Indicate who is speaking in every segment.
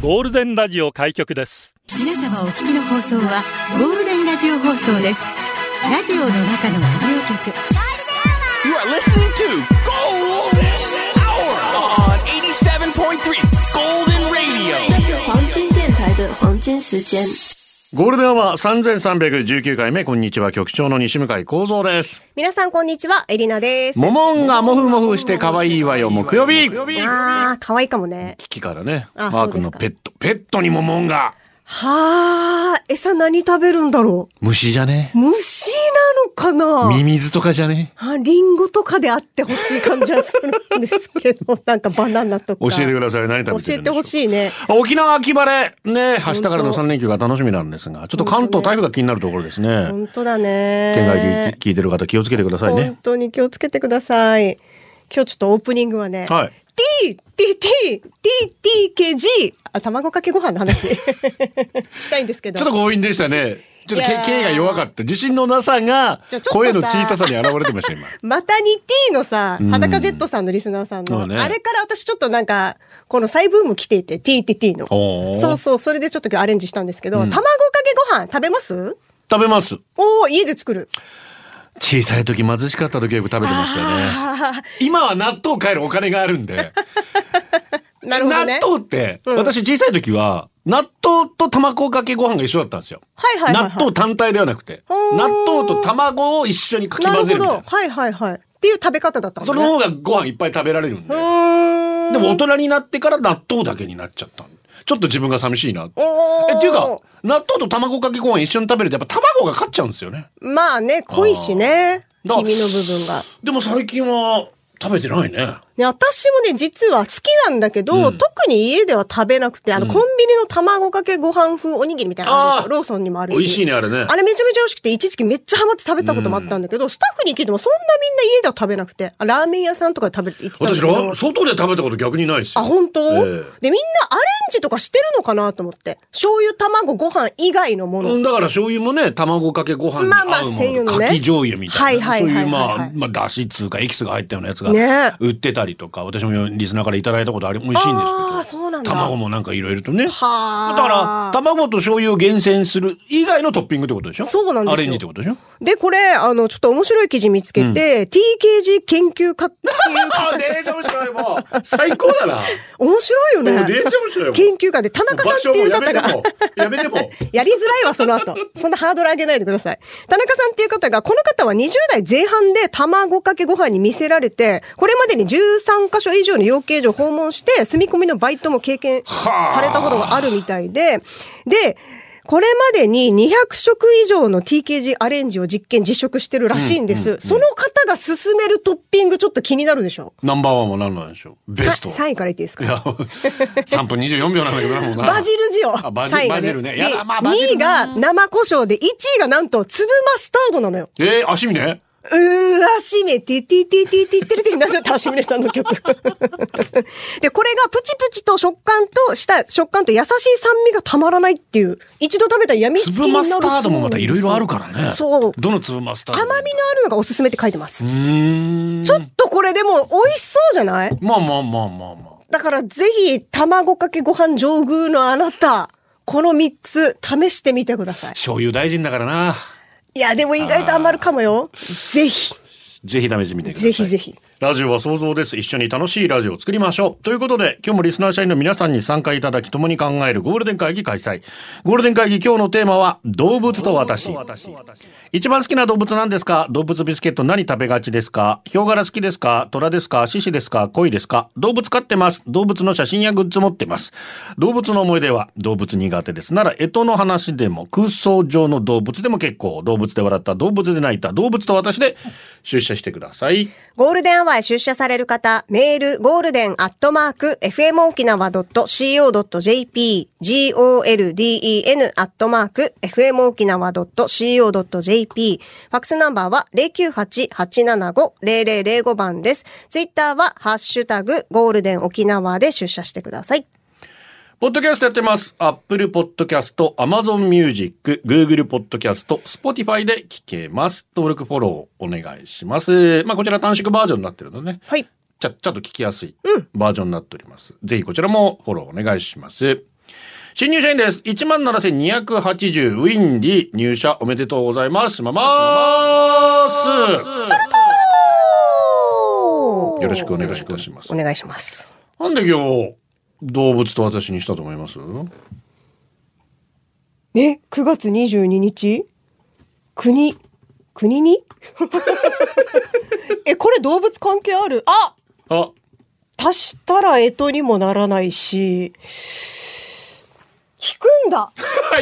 Speaker 1: ゴールデンラジオ開局です
Speaker 2: 皆様お聞きの放送はゴールデンラジオ放送ですラジオの中のラジオ局
Speaker 3: You are listening to Golden Hour on 87.3 Golden Radio.
Speaker 4: 这是黄金电台的黄金时间。
Speaker 5: ゴールデンは三千三百十九回目こんにちは局長の西向井光三です。
Speaker 6: 皆さんこんにちは、エリナです。
Speaker 5: モモンがモフモフして可愛いわよ木曜日。
Speaker 6: あー、可愛いかもね。
Speaker 5: 危機からね。
Speaker 6: あ
Speaker 5: マー君
Speaker 6: そ
Speaker 5: の
Speaker 6: うで
Speaker 5: ペッ
Speaker 6: すか
Speaker 5: トペットにモモンが
Speaker 6: はー、餌何食べるんだろ
Speaker 5: 虫じゃね
Speaker 6: う。。虫なのか
Speaker 5: ミ
Speaker 6: な
Speaker 5: ミズとかじゃね。
Speaker 6: あリンゴとかであってほしい感じはするんですけど、 なんかバナナとか。
Speaker 5: 教えてください何食べて
Speaker 6: 教
Speaker 5: る
Speaker 6: え
Speaker 5: ん
Speaker 6: て
Speaker 5: で
Speaker 6: ほ
Speaker 5: しょ
Speaker 6: しいね。
Speaker 5: う。沖縄秋晴れね明日からの
Speaker 6: 本当
Speaker 5: 三連休が楽しみなんですがちょっと関東台風が気になるところですね。
Speaker 6: 本当だ
Speaker 5: 県外で
Speaker 6: ね。
Speaker 5: 聞いてる方気をつけてください
Speaker 6: 本
Speaker 5: ね。
Speaker 6: 当に気をつけてください。今日ちょっとオープニングはね、
Speaker 5: はい。
Speaker 6: T、T、T、T、T、K、G、あ、卵かけご飯の 話したいんですけど。
Speaker 5: ちょっと強引でしたね。ちょっと
Speaker 6: いや
Speaker 5: け
Speaker 6: ー
Speaker 5: 経が弱かった自信のなさが
Speaker 6: じゃあちょっとさ
Speaker 5: 声の小ささに現れてました今。
Speaker 6: マタニティのさ、
Speaker 5: うん
Speaker 6: 裸ジェットさんのリスナーさん
Speaker 5: そ
Speaker 6: の、
Speaker 5: うね
Speaker 6: あれから私ちょっとなんか、この再ブーム来ていて、TTT の。
Speaker 5: おー
Speaker 6: そうそう、それでちょっと今日アレンジしたんですけど、
Speaker 5: ん
Speaker 6: 卵かけご飯食べます
Speaker 5: 食べます。
Speaker 6: おー、家で作る。
Speaker 5: 小さい時貧しかった時はよく食べてましたよね。
Speaker 6: あ
Speaker 5: 今は納豆を買えるお金があるんで。
Speaker 6: ー なるほどね。
Speaker 5: 納豆って、
Speaker 6: うん
Speaker 5: 私小さい時は、納豆と卵かけご飯が一緒だったんですよ。
Speaker 6: はいはいはい、はい。
Speaker 5: 納豆単体ではなくて、
Speaker 6: ほー
Speaker 5: 納豆と卵を一緒にかき混ぜるみたい
Speaker 6: なるほど。はいはいはい。っていう食べ方だった
Speaker 5: な。
Speaker 6: の
Speaker 5: そ
Speaker 6: ね。
Speaker 5: の方がご飯いっぱい食べられるんで
Speaker 6: う。ーん。
Speaker 5: でも大人になってから納豆だけになっちゃったんでちょっと自分が寂しいな。
Speaker 6: おー
Speaker 5: え、っていうか、納豆と卵かけご飯一緒に食べるとやっぱ卵が勝っちゃうんですよね。
Speaker 6: まあね、濃いしね。
Speaker 5: あー
Speaker 6: 黄身の部分が。
Speaker 5: でも最近は食べてないね。
Speaker 6: ね、私もね、実は好きなんだけど、
Speaker 5: うん
Speaker 6: 特に家では食べなくて、あの、
Speaker 5: うん
Speaker 6: コンビニの卵かけご飯風おにぎりみたいなのあるで
Speaker 5: あ
Speaker 6: し
Speaker 5: ー
Speaker 6: ょローソンにもある
Speaker 5: 美
Speaker 6: し。
Speaker 5: 味しいね、あれね。
Speaker 6: あれめちゃめちゃ美味しくて、一時期めっちゃハマって食べたこともあったんだけど、スタッフに聞いてもそんなみんな家では食べなくて、あラーメン屋さんとかで食べて、行ってたんだ
Speaker 5: 私
Speaker 6: けど
Speaker 5: ら、。外で食べたこと逆にないですよ
Speaker 6: あ、本当、
Speaker 5: ええ
Speaker 6: で、みんなアレンジとかしてるのかなと思って。醤油、卵、ご飯以外のもの。
Speaker 5: うん、だから醤油もね、卵かけご飯に
Speaker 6: まあまあ
Speaker 5: 合うも
Speaker 6: 専用
Speaker 5: の、
Speaker 6: の
Speaker 5: か
Speaker 6: ね
Speaker 5: き醤油みたいな、
Speaker 6: はい
Speaker 5: そ
Speaker 6: は
Speaker 5: う
Speaker 6: い
Speaker 5: い
Speaker 6: は
Speaker 5: う
Speaker 6: い
Speaker 5: ま
Speaker 6: はいは
Speaker 5: あ
Speaker 6: い、
Speaker 5: まあ、だしつうかエキスが入ったようなやつ
Speaker 6: ね
Speaker 5: が売ってたりとか、私もリスナーからいただいたことあれ美味しいんです
Speaker 6: ああ、
Speaker 5: け
Speaker 6: そうなん
Speaker 5: ど、
Speaker 6: だ。
Speaker 5: 卵もなんかいろいろとね。だ
Speaker 6: はあ。
Speaker 5: から、卵と醤油を厳選する以外のトッピングってことでしょ
Speaker 6: そうなんですよ
Speaker 5: アレンジって ことでしょ
Speaker 6: で、これ、あの、ちょっと面白い記事見つけて、TKG 研究家っていう
Speaker 5: あ
Speaker 6: 方、
Speaker 5: あ、デージ面白いもう。最高だな。も
Speaker 6: 面白いよ
Speaker 5: うデー
Speaker 6: ね
Speaker 5: ジ。面白いも
Speaker 6: 研究家で、田中さんっていう方が、
Speaker 5: う。やめても。
Speaker 6: やりづらいわ、その後。そんなハードル上げないでください。田中さんっていう方が、この方は20代前半で卵かけご飯に見せられて、これまでに13カ所以上の養鶏場を訪問して、住み込みのバイトも経験
Speaker 5: はあ
Speaker 6: されたことがあるみたいで、で、これまでに200食以上の TKG アレンジを実験、実食してるらしいんです。その方が勧めるトッピングちょっと気になるでしょ
Speaker 5: ナンバーワンも何なんでしょうベスト。
Speaker 6: 3位から言っていいです
Speaker 5: い
Speaker 6: か
Speaker 5: や、3分24秒なんだけどな、もうな。
Speaker 6: バジル塩。
Speaker 5: あバジ
Speaker 6: 3位が
Speaker 5: バジルね
Speaker 6: で
Speaker 5: やだまあバジル
Speaker 6: 2位が生胡椒で、1位がなんと粒マスタードなのよ。
Speaker 5: えー、足見ね。
Speaker 6: うーわ、しめ、ててててててるてなんだった、しみれさんの曲。で、これがプチプチと食感と、した食感と優しい酸味がたまらないっていう、一度食べたら病みつき
Speaker 5: 粒
Speaker 6: にな
Speaker 5: マ
Speaker 6: るそ
Speaker 5: ス
Speaker 6: う
Speaker 5: タードもまたいろいろあるからね。
Speaker 6: そう。
Speaker 5: どの粒マスタード
Speaker 6: 甘みのあるのがおすすめって書いてます。
Speaker 5: うーん。
Speaker 6: ちょっとこれでも美味しそうじゃない
Speaker 5: まあまあまあまあまあ。
Speaker 6: だからぜひ、卵かけご飯上宮のあなた、この3つ試してみてください。
Speaker 5: 醤油大臣だからな。
Speaker 6: いや、でも意外と余るかもよ。ぜひ、
Speaker 5: ぜひ試してみてくださ
Speaker 6: ぜ
Speaker 5: い。
Speaker 6: ひぜひ。
Speaker 5: ラジオは想像です。一緒に楽しいラジオを作りましょう。ということで、今日もリスナー社員の皆さんに参加いただき、共に考えるゴールデン会議開催。ゴールデン会議今日のテーマは、動物と私。一番好きな動物なんですか動物ビスケット何食べがちですかヒョウ柄好きですか虎ですか獅子ですか鯉ですか動物飼ってます。動物の写真やグッズ持ってます。動物の思い出は、動物苦手です。なら、干支の話でも、空想上の動物でも結構、動物で笑った、動物で泣いた、動物と私で出社してください。
Speaker 6: ゴールデンアワーへ出社される方、メール、ゴールデンアットマーク、fmokinawa.co.jp、golden アットマーク、fmokinawa.co.jp、ファックスナンバーは098-875-0005番です。ツイッターは、ハッシュタグ、ゴールデン沖縄で出社してください。
Speaker 5: ポッドキャストやってます。Apple Podcast、Amazon Music、Google Podcast、Spotify で聞けます。登録、フォローお願いします。まあ、こちら短縮バージョンになってるのでね。
Speaker 6: はい。
Speaker 5: ちゃ、ちゃんと聞きやすいバージョンになっております。ぜひこちらもフォローお願いします。新入社員です。17,280ウィンディ入社おめでとうございます。まます。
Speaker 6: おー
Speaker 5: よろしくお願いいたします
Speaker 6: お。願いします。
Speaker 5: なんで今日、動物と私にしたと思います
Speaker 6: え、9月22日国、国に え、これ動物関係あるあ
Speaker 5: あ、
Speaker 6: 足したら干支にもならないし、引くんだ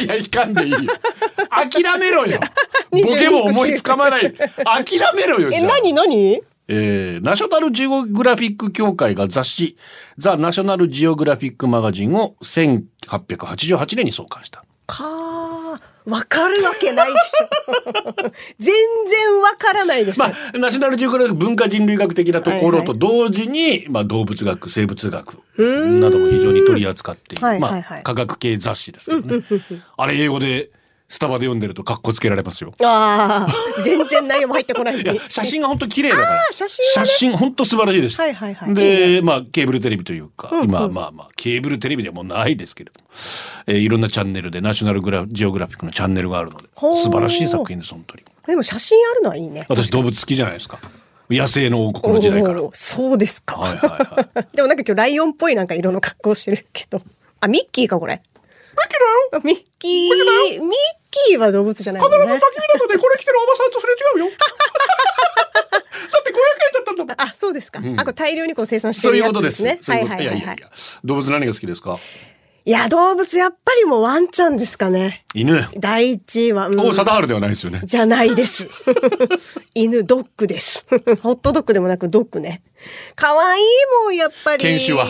Speaker 5: いや、いかんで いいよ。諦めろよ。 ボ
Speaker 6: 22
Speaker 5: ケも思いつかまない。諦めろよ。
Speaker 6: え、
Speaker 5: じゃあ
Speaker 6: 何何
Speaker 5: えーナショナルジオグラフィック協会が雑誌、ザ・ナショナルジオグラフィックマガジンを1888年に創刊した。
Speaker 6: かー、わかるわけないでしょ。 全然わからないです。
Speaker 5: まあ、ナショナルジオグラフィック文化人類学的なところと
Speaker 6: はい
Speaker 5: 同時に、まあ、動物学、生物学なども非常に取り扱っている、
Speaker 6: はいはいはい
Speaker 5: まあ、科学系雑誌ですけどね。あれ、英語で、スタバで読んでると格好つけられますよ。
Speaker 6: ああ、全然内容も入ってこない
Speaker 5: いや、写真が本当綺麗だから。
Speaker 6: 写真はね
Speaker 5: 写真本当素晴らしいです。
Speaker 6: はいはいはい
Speaker 5: で、
Speaker 6: い
Speaker 5: まあケーブルテレビというか、今まあまあケーブルテレビではもうないですけれども、えーいろんなチャンネルでナショナルグラジオグラフィックのチャンネルがあるので
Speaker 6: ほう
Speaker 5: 素晴らしい作品です本当に。
Speaker 6: でも写真あるのはいいね。
Speaker 5: 私動物好きじゃないですか。野生の王国の時代から。
Speaker 6: お
Speaker 5: は
Speaker 6: ーそうですか。
Speaker 5: いはいはい。
Speaker 6: でもなんか今日ライオンっぽいなんか色の格好してるけど。あ、ミッキーかこれ。ミッキー、ミッキーは動物じゃないもんね。
Speaker 5: 港でこれ着てるおばさんとすれ違うよ。だって500円だったんだもん。
Speaker 6: あ、そうですか。あ、これ大量にこう生産して
Speaker 5: そう
Speaker 6: る
Speaker 5: いう
Speaker 6: や
Speaker 5: こ
Speaker 6: つ
Speaker 5: と
Speaker 6: で
Speaker 5: ですす。
Speaker 6: ね。
Speaker 5: そういうこと
Speaker 6: はい
Speaker 5: い
Speaker 6: は
Speaker 5: やい
Speaker 6: いは
Speaker 5: や
Speaker 6: い
Speaker 5: い。や。動物何が好きですか
Speaker 6: いや、動物やっぱりもうワンちゃんですかね。
Speaker 5: 犬。
Speaker 6: 第一位は、うん
Speaker 5: 王貞治ではないですよね。
Speaker 6: じゃないです。犬、ドッグです。ホットドッグでもなくドッグね。可愛いもん、やっぱり。
Speaker 5: 犬種は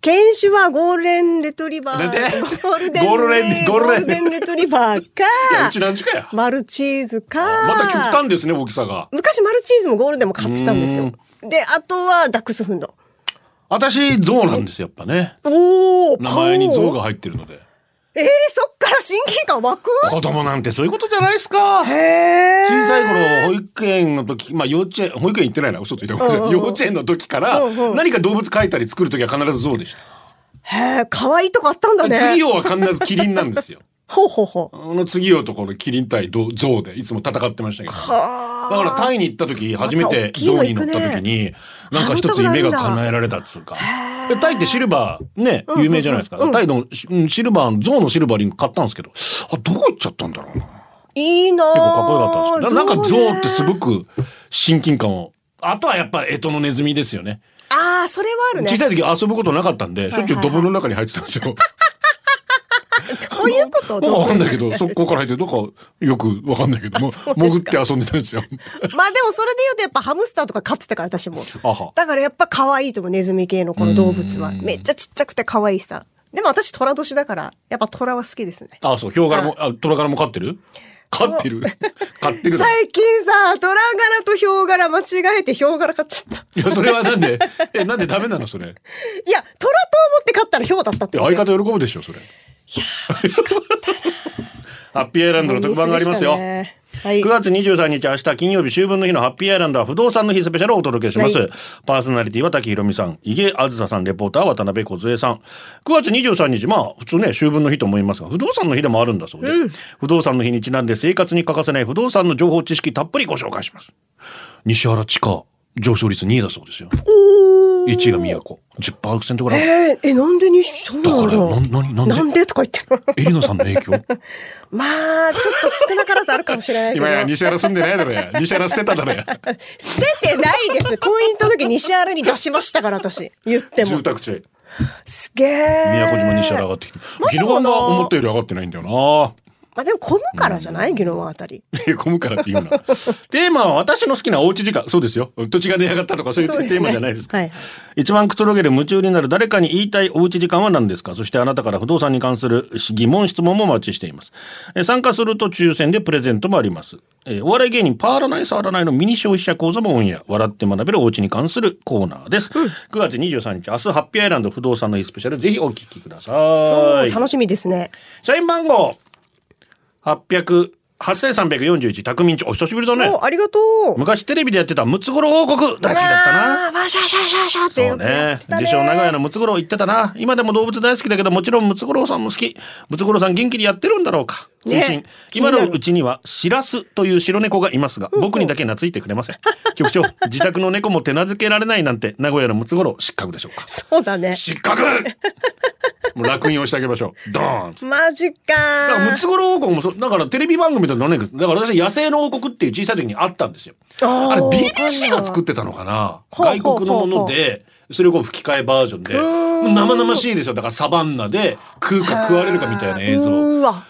Speaker 6: 犬種はゴールデンレトリバー。
Speaker 5: なんて
Speaker 6: ゴールデン
Speaker 5: ゴールデン
Speaker 6: ゴ
Speaker 5: ゴ
Speaker 6: ー
Speaker 5: ー
Speaker 6: ル
Speaker 5: ル
Speaker 6: デ
Speaker 5: デン
Speaker 6: ンレトリバーか
Speaker 5: いやうち何時かや。
Speaker 6: マルチーズか
Speaker 5: また極端ですね大きさが。
Speaker 6: 昔マルチーズもゴールデンも買ってたんですよ。で、あとはダックスフンド。
Speaker 5: 私、象なんです、やっぱね。
Speaker 6: おー
Speaker 5: 名前に象
Speaker 6: パオ
Speaker 5: が入ってるので。
Speaker 6: えー、そっから親近感湧く
Speaker 5: 子供なんてそういうことじゃないですか。
Speaker 6: へ
Speaker 5: 小
Speaker 6: え。
Speaker 5: さい頃、保育園の時、まあ幼稚園、保育園行ってないな、嘘ついたごめんな
Speaker 6: うん
Speaker 5: さ
Speaker 6: うん
Speaker 5: い。幼稚園の時から
Speaker 6: うんうん、
Speaker 5: 何か動物描いたり作る時は必ず象でし
Speaker 6: へえ、可愛いとこあったんだ
Speaker 5: た。
Speaker 6: ね。
Speaker 5: 次王は必ずキリンなんですよ。
Speaker 6: ほうほうほう。
Speaker 5: あの次王とこのキリン対ど象で、いつも戦ってましたけど。だからタイに行った時、初め
Speaker 6: また大
Speaker 5: て
Speaker 6: きいの
Speaker 5: 象に
Speaker 6: 行く
Speaker 5: 乗
Speaker 6: ね
Speaker 5: った時に、なんか一つ夢が叶えられたっつうか。でタイってシルバーね、有名じゃないですか。タイのしうんシルバー、象のシルバーリング買ったんですけど、あ、どこ行っちゃったんだろうな。
Speaker 6: いいな
Speaker 5: 結構かっこよかったんですけど、ななんか象ってす
Speaker 6: く。
Speaker 5: ごく親近感を。あとはやっぱ干支のネズミですよね。
Speaker 6: ああ、それはあるね。
Speaker 5: 小さい時遊ぶことなかったんで、
Speaker 6: い
Speaker 5: しょっちゅうドブの中に入ってたんですよ。
Speaker 6: こういう こと
Speaker 5: なんかわかんないけ
Speaker 6: ど。
Speaker 5: ど、そこから入って、どこかよくわかんないけど も、
Speaker 6: うです
Speaker 5: 潜って遊んでたんですよ。
Speaker 6: まあでもそれで言うとやっぱハムスターとか飼ってたから私も。
Speaker 5: あは。
Speaker 6: だからやっぱ可愛いと思う、ネズミ系のこの動物は。
Speaker 5: うん
Speaker 6: めっちゃちっちゃくて可愛いさ。でも私虎年だから、やっぱ虎は好きですね。
Speaker 5: あ、そう、ヒョウ柄も、あ、トラ柄も飼ってる飼ってる飼ってるだ
Speaker 6: 最近さ、虎柄とヒョウ柄間違えてヒョウ柄買っちゃった。
Speaker 5: いや、それはなんで、え、なんでダメなのそれ。
Speaker 6: いや、虎と思って買ったらヒョウだったって
Speaker 5: え
Speaker 6: こと
Speaker 5: 相
Speaker 6: よ。
Speaker 5: 方喜ぶでしょ、それ。い や、ハッピーアイランドの特番がありますよ。
Speaker 6: はい
Speaker 5: 9。月23日、明日金曜日、秋分の日のハッピーアイランドは不動産の日スペシャルをお届けします。
Speaker 6: はい
Speaker 5: パーソナリティは滝ひろみさん、井毛あずささん、レポーターは渡辺梢さん。9月23日、まあ、普通ね、秋分の日と思いますが、不動産の日でもあるんだそうで、不動産の日にちなんで生活に欠かせない不動産の情報知識たっぷりご紹介します。西原地下、上昇率2位だそうですよ。
Speaker 6: おー
Speaker 5: 1位が宮古、10%ぐらい。
Speaker 6: えー、え、なんでに、そうな
Speaker 5: だ
Speaker 6: ん
Speaker 5: から
Speaker 6: だ
Speaker 5: よ、な、な、
Speaker 6: な
Speaker 5: なんんで
Speaker 6: でとか言ってる。
Speaker 5: えりなさんの影 響
Speaker 6: まあ、ちょっと少なからずあるかもしれないけど。
Speaker 5: 西原住んでないだろや。西原捨てただ ろや。
Speaker 6: 捨ててないです。婚姻届西原に出しましたから、私。言っても
Speaker 5: 住。宅地。
Speaker 6: すげえ。
Speaker 5: 宮古島西原上がってきて、昨日は
Speaker 6: まだ
Speaker 5: 思ったより上がってないんだよな。
Speaker 6: まあでも混むからじゃない宜野湾あたり。
Speaker 5: へこむからって 言うな。テーマは私の好きなおうち時間。そうですよ。土地が出上がったとかそういう
Speaker 6: そうですね
Speaker 5: テーマじゃないですか。
Speaker 6: はい
Speaker 5: 一番くつろげる夢中になる誰かに言いたいおうち時間は何ですかそしてあなたから不動産に関する疑問、質問もお待ちしています。えー参加すると抽選でプレゼントもあります。えーお笑い芸人パーらない触らないのミニ消費者講座もオンエア。笑って学べるおうちに関するコーナーです。9月23日、明日ハッピーアイランド不動産の日スペシャル、ぜひお聞きくださ
Speaker 6: おー
Speaker 5: い。
Speaker 6: 楽しみですね。
Speaker 5: 社員番号800 8341匠民町お久しぶりだね
Speaker 6: おありがとう。
Speaker 5: 昔テレビでやってたムツゴロウ王国大好きだったな
Speaker 6: あーバシャシャシャシャって
Speaker 5: そ
Speaker 6: よ
Speaker 5: う
Speaker 6: くや
Speaker 5: ね
Speaker 6: ってた
Speaker 5: 自称長屋のムツゴロウ言ってたな今でも動物大好きだけどもちろんムツゴロウさんも好きムツゴロウさん元気にやってるんだろうか
Speaker 6: ね
Speaker 5: 通信、今のうちにはシラスという白猫がいますが僕にだけ懐いてくれません局 長自宅の猫も手なずけられないなんて名古屋のムツゴロウ失格でしょうか
Speaker 6: そうだね。
Speaker 5: 失格もう烙印をしてあげましょうドーン
Speaker 6: マジか
Speaker 5: だからム
Speaker 6: ー。
Speaker 5: ツゴロウ王国もそうだからテレビ番組とかなんだけどだから私野生の王国っていう小さい時にあったんですよ
Speaker 6: あ
Speaker 5: あれ
Speaker 6: ー
Speaker 5: BBC が作ってたのかな
Speaker 6: ほうほう
Speaker 5: 外国のものでそれをこう吹き替えバージョンで
Speaker 6: ーん
Speaker 5: 生々しいですよだからサバンナで食うか食われるかみたいな映
Speaker 6: う
Speaker 5: 像
Speaker 6: ーわ。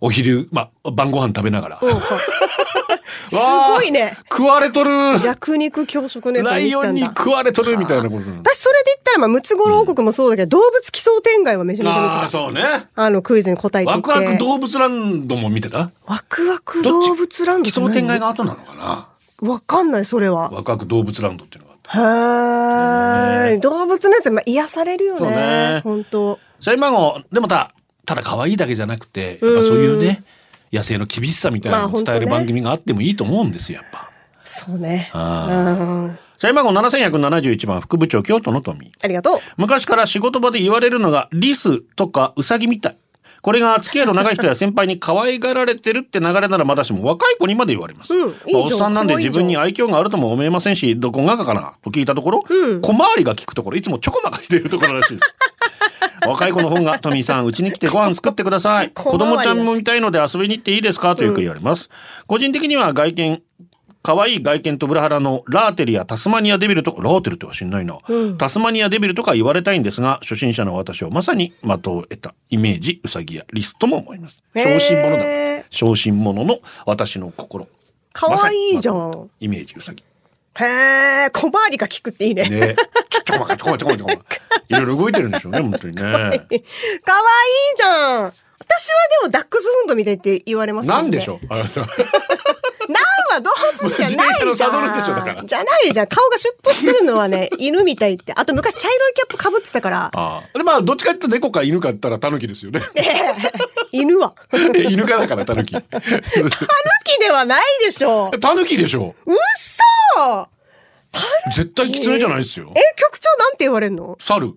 Speaker 5: お昼、まあ、晩ご飯食べながら、
Speaker 6: うんうんすごいね。
Speaker 5: 食われとる
Speaker 6: 弱肉強食のやつ
Speaker 5: ラ
Speaker 6: を見
Speaker 5: イ
Speaker 6: て
Speaker 5: オ
Speaker 6: た
Speaker 5: ン
Speaker 6: ん
Speaker 5: に
Speaker 6: だ。
Speaker 5: 食われとるみたいなことなの
Speaker 6: 私それで言ったらまあムツゴロウ王国もそうだけど動物奇想天外はめちゃめちゃ見て
Speaker 5: あ
Speaker 6: た
Speaker 5: あ。そうね
Speaker 6: あのクイズに答えてい
Speaker 5: ワ
Speaker 6: て。
Speaker 5: クワク動物ランドも見てた
Speaker 6: ワクワク
Speaker 5: どっち
Speaker 6: 動物ランド
Speaker 5: 奇
Speaker 6: って何
Speaker 5: 想天外が後なのかな
Speaker 6: わかんないそれは。
Speaker 5: ワクワク動物ランドっていうのがあった
Speaker 6: はーい。動物のやつまあ癒されるよ
Speaker 5: そうね
Speaker 6: ね。本当。
Speaker 5: シャインマンゴーでもたただ可愛いだけじゃなくてやっぱそういうね野生の厳しさみたいなの
Speaker 6: まあ
Speaker 5: を伝える
Speaker 6: 本当ね
Speaker 5: 番組があってもいいと思うんですよやっぱ。
Speaker 6: そうね。う
Speaker 5: あ
Speaker 6: ん。
Speaker 5: シャインマンゴー7171番副部長京都の富
Speaker 6: ありがとう。
Speaker 5: 昔から仕事場で言われるのがリスとかウサギみたいこれが付き合いの長い人や先輩に可愛がられてるって流れならまだしも若い子にまで言われます、
Speaker 6: うんいいじゃん
Speaker 5: まあおっさんなんで
Speaker 6: 可愛いじ
Speaker 5: 自
Speaker 6: ゃん
Speaker 5: 分に愛嬌があるとも思えませんしどこがかかなと聞いたところ、
Speaker 6: うん
Speaker 5: 小回りが聞くところいつもちょこまかしているところらしいです 若い子の本が「トミーさんうちに来てご飯作ってください
Speaker 6: 小
Speaker 5: 子
Speaker 6: 回り
Speaker 5: 供ちゃんも見たいので遊びに行っていいですか?」とよく言われます、個人的には外見可愛い外見とブラハラのラーテルやタスマニアデビルとかラーテルっては知んないな、
Speaker 6: うん
Speaker 5: タスマニアデビルとか言われたいんですが初心者の私をまさに的を得たイメージウサギやリスとも思います小心者だ
Speaker 6: へー
Speaker 5: 小心者の私の心
Speaker 6: 可愛いじゃ
Speaker 5: まさに
Speaker 6: ん。
Speaker 5: イメージウサギ
Speaker 6: へえ、小回りが効くっていいね。
Speaker 5: ねちょちょこまかちょこまかちょこまかちょこまかいろいろ動いてるんでしょうね本当に ね
Speaker 6: 可愛いじゃん。私はでもダックスフンドみたいって言われます
Speaker 5: なんでし
Speaker 6: う。
Speaker 5: ょうあなた
Speaker 6: なんは動物じゃないじ
Speaker 5: 自
Speaker 6: ゃん。
Speaker 5: 転車のサドルでしょだから
Speaker 6: じゃないじゃん。顔がシュッとしてるの はね、犬みたいって。あと昔茶色いキャップかぶってたから。
Speaker 5: ああでまあどっちかっていうと猫か犬かって言ったらタヌキですよね
Speaker 6: 犬は。
Speaker 5: 犬かだからタヌ キ
Speaker 6: 狸ではないでしょう。
Speaker 5: タヌキでしょう
Speaker 6: うっそー
Speaker 5: 絶対キツネじゃないですよ
Speaker 6: え、局長なんて言われるの
Speaker 5: 猿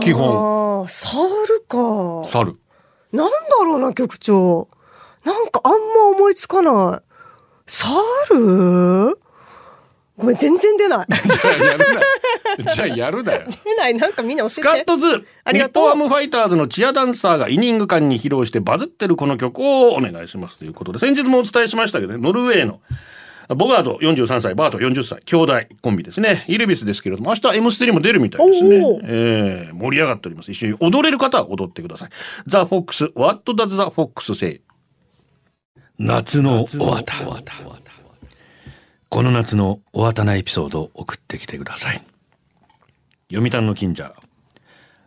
Speaker 5: 基
Speaker 6: 基
Speaker 5: 本。
Speaker 6: 猿か。
Speaker 5: 猿
Speaker 6: なんだろうな、局長。なんかあんま思いつかない。猿ごめん、全然出ない。
Speaker 5: じゃあやるな。じゃあやるな よ。
Speaker 6: 出ない。なんかみんな教
Speaker 5: スカッ
Speaker 6: えて。
Speaker 5: トズー。
Speaker 6: あり
Speaker 5: 日
Speaker 6: が
Speaker 5: 本
Speaker 6: とう
Speaker 5: ハムファイターズのチアダンサーがイニング間に披露してバズってるこの曲をお願いしますということで、先日もお伝えしましたけどね、ノルウェーのボガード43歳、バート40歳、兄弟コンビですね。イルビスですけれども、明日 M ステにも出るみたいです
Speaker 6: お
Speaker 5: ね
Speaker 6: お。
Speaker 5: えー盛り上がっております。一緒に踊れる方は踊ってください。ザ・フォックス、What does the Fox say? 夏の終わった。この夏のおわたなエピソードを送ってきてください。読谷の近所。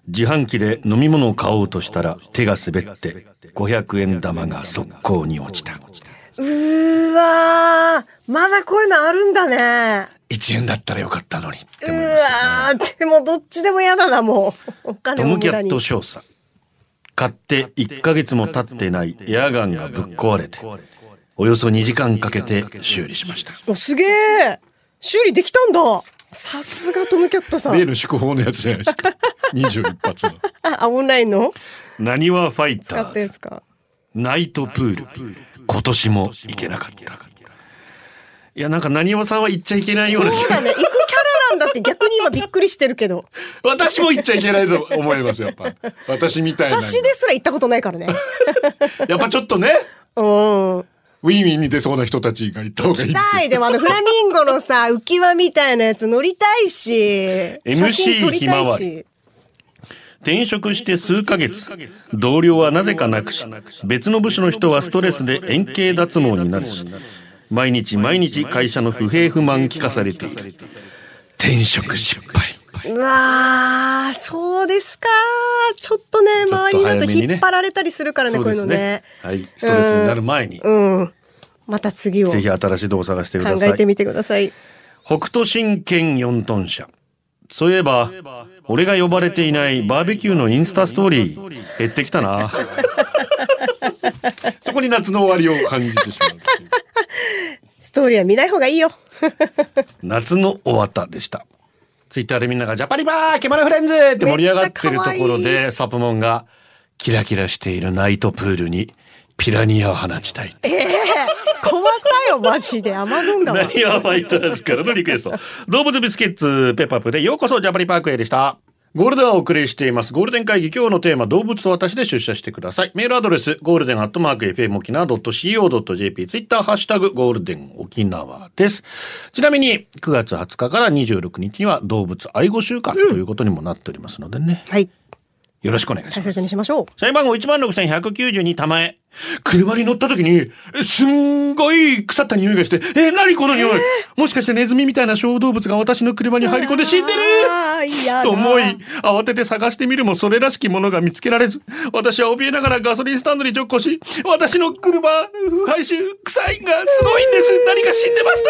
Speaker 5: 自販機で飲み物を買おうとしたら手が滑って500円玉が速攻に落ちた。
Speaker 6: うーわー。まだこういうのあるんだね。
Speaker 5: 1円だったらよかったのにって
Speaker 6: う
Speaker 5: 思いましたね。
Speaker 6: わー。でもどっちでも嫌だな、もう。お金
Speaker 5: ト
Speaker 6: も
Speaker 5: ム
Speaker 6: 無
Speaker 5: キ
Speaker 6: 駄
Speaker 5: ャッ
Speaker 6: に
Speaker 5: ト。少佐。買って1ヶ月も経ってないエアガンがぶっ壊れて、およそ2時間かけて修理しました。
Speaker 6: お、すげえ。修理できたんだ。さすがトムキャットさん。
Speaker 5: の祝砲のやつじゃないですか。21発の。
Speaker 6: あ、オンラインの
Speaker 5: なにわファイタ
Speaker 6: 使った
Speaker 5: ー
Speaker 6: や
Speaker 5: ズ
Speaker 6: つ。か。
Speaker 5: ナイトプール。今年も行けなかった。いや、なんかなにわさんは行っちゃいけないような気が
Speaker 6: そうだね。行くキャラなんだって逆に今びっくりしてるけ ど。
Speaker 5: 私も言っちゃいけないと思いますやっぱ私みたいな
Speaker 6: 私ですら行ったことないからね。
Speaker 5: やっぱちょっとね
Speaker 6: うん。
Speaker 5: ウィンウィンに出そうな人たちが行った方がいいで
Speaker 6: ないでもあのフラミンゴのさ、浮き輪みたいなやつ乗りたいし、写真撮りた
Speaker 5: MC
Speaker 6: い
Speaker 5: ひまわ
Speaker 6: し。
Speaker 5: 転職して数ヶ月、同僚はなぜかなくし、別の部署の人はストレスで円形脱毛になるし、毎日毎日会社の不平不満聞かされている。転職失敗。
Speaker 6: うわー、そうですか。ちょっとね、周りにだと引っ張られたりするからね、
Speaker 5: そう
Speaker 6: こう
Speaker 5: で
Speaker 6: いうの
Speaker 5: す
Speaker 6: ね
Speaker 5: ね。。はい、ストレスになる前に、
Speaker 6: うん。また次を
Speaker 5: ぜ
Speaker 6: 考
Speaker 5: ひ新しい動を探してくださ
Speaker 6: え
Speaker 5: い。
Speaker 6: てみてください。
Speaker 5: 北斗神拳4トン車。そういえば、俺が呼ばれていないバーベキューのインスタストーリー、減ってきた な。そこに夏の終わりを感じてしまう。
Speaker 6: ストーリーは見ない方がいいよ。
Speaker 5: 夏の終わったでした。ツイッターでみんなが、ジャパリバーケマルフレンズって盛り上がってるところ
Speaker 6: めっちゃ可
Speaker 5: で、サプモンが、キラキラしているナイトプールに、ピラニアを放ちたい。
Speaker 6: 怖さよ、マジで。アマゾン川
Speaker 5: ナ。イアファイターズからのリクエスト。動物ビスケッツペッパープでようこそジャパリパークへでした。ゴールデンをお送りしています。ゴールデン会議、今日のテーマ、動物と私で出社してください。メールアドレス、ゴールデンアットマーク、FM 沖縄 .co.jp、ツイッター、ハッシュタグ、ゴールデン沖縄です。ちなみに、9月20日から26日には動物愛護週間ということにもなっておりますのでね。
Speaker 6: はい。
Speaker 5: よろしくお願いします
Speaker 6: 大。切にしましょう。
Speaker 5: 社員番号16,192玉へ。車に乗った時に、えすんごい腐った匂いがして、え、何この匂い、もしかしてネズミみたいな小動物が私の車に入り込んで死んでる
Speaker 6: あーいやだ
Speaker 5: と思い、慌てて探してみるもそれらしきものが見つけられず、私は怯えながらガソリンスタンドに直行し、私の車、腐敗臭、臭いがすごいんです何か死んでます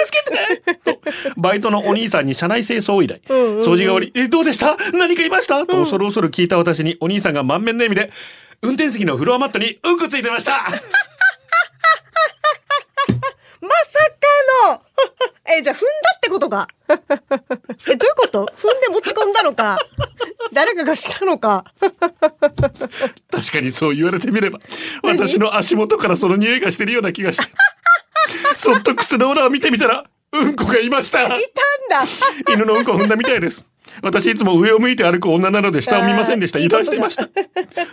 Speaker 5: 助けて と、バイトのお兄さんに車内清掃依頼。掃除が終わり、え、どうでした何かいましたと恐る恐る聞いた私にお兄さんが満面の笑みで、運転席のフロアマットにうんこついてました
Speaker 6: まさかのえ、じゃあ踏んだってことかえ、どういうこと踏んで持ち込んだのか誰かがしたのか
Speaker 5: 確かにそう言われてみれば、私の足元からその匂いがしてるような気が して。そっと靴の裏を見てみたら、うんこがいました
Speaker 6: いたんだ
Speaker 5: 犬のうんこを踏んだみたいです。私いつも上を向いて歩く女なので下を見ませんでした。
Speaker 6: あー
Speaker 5: 油断してました。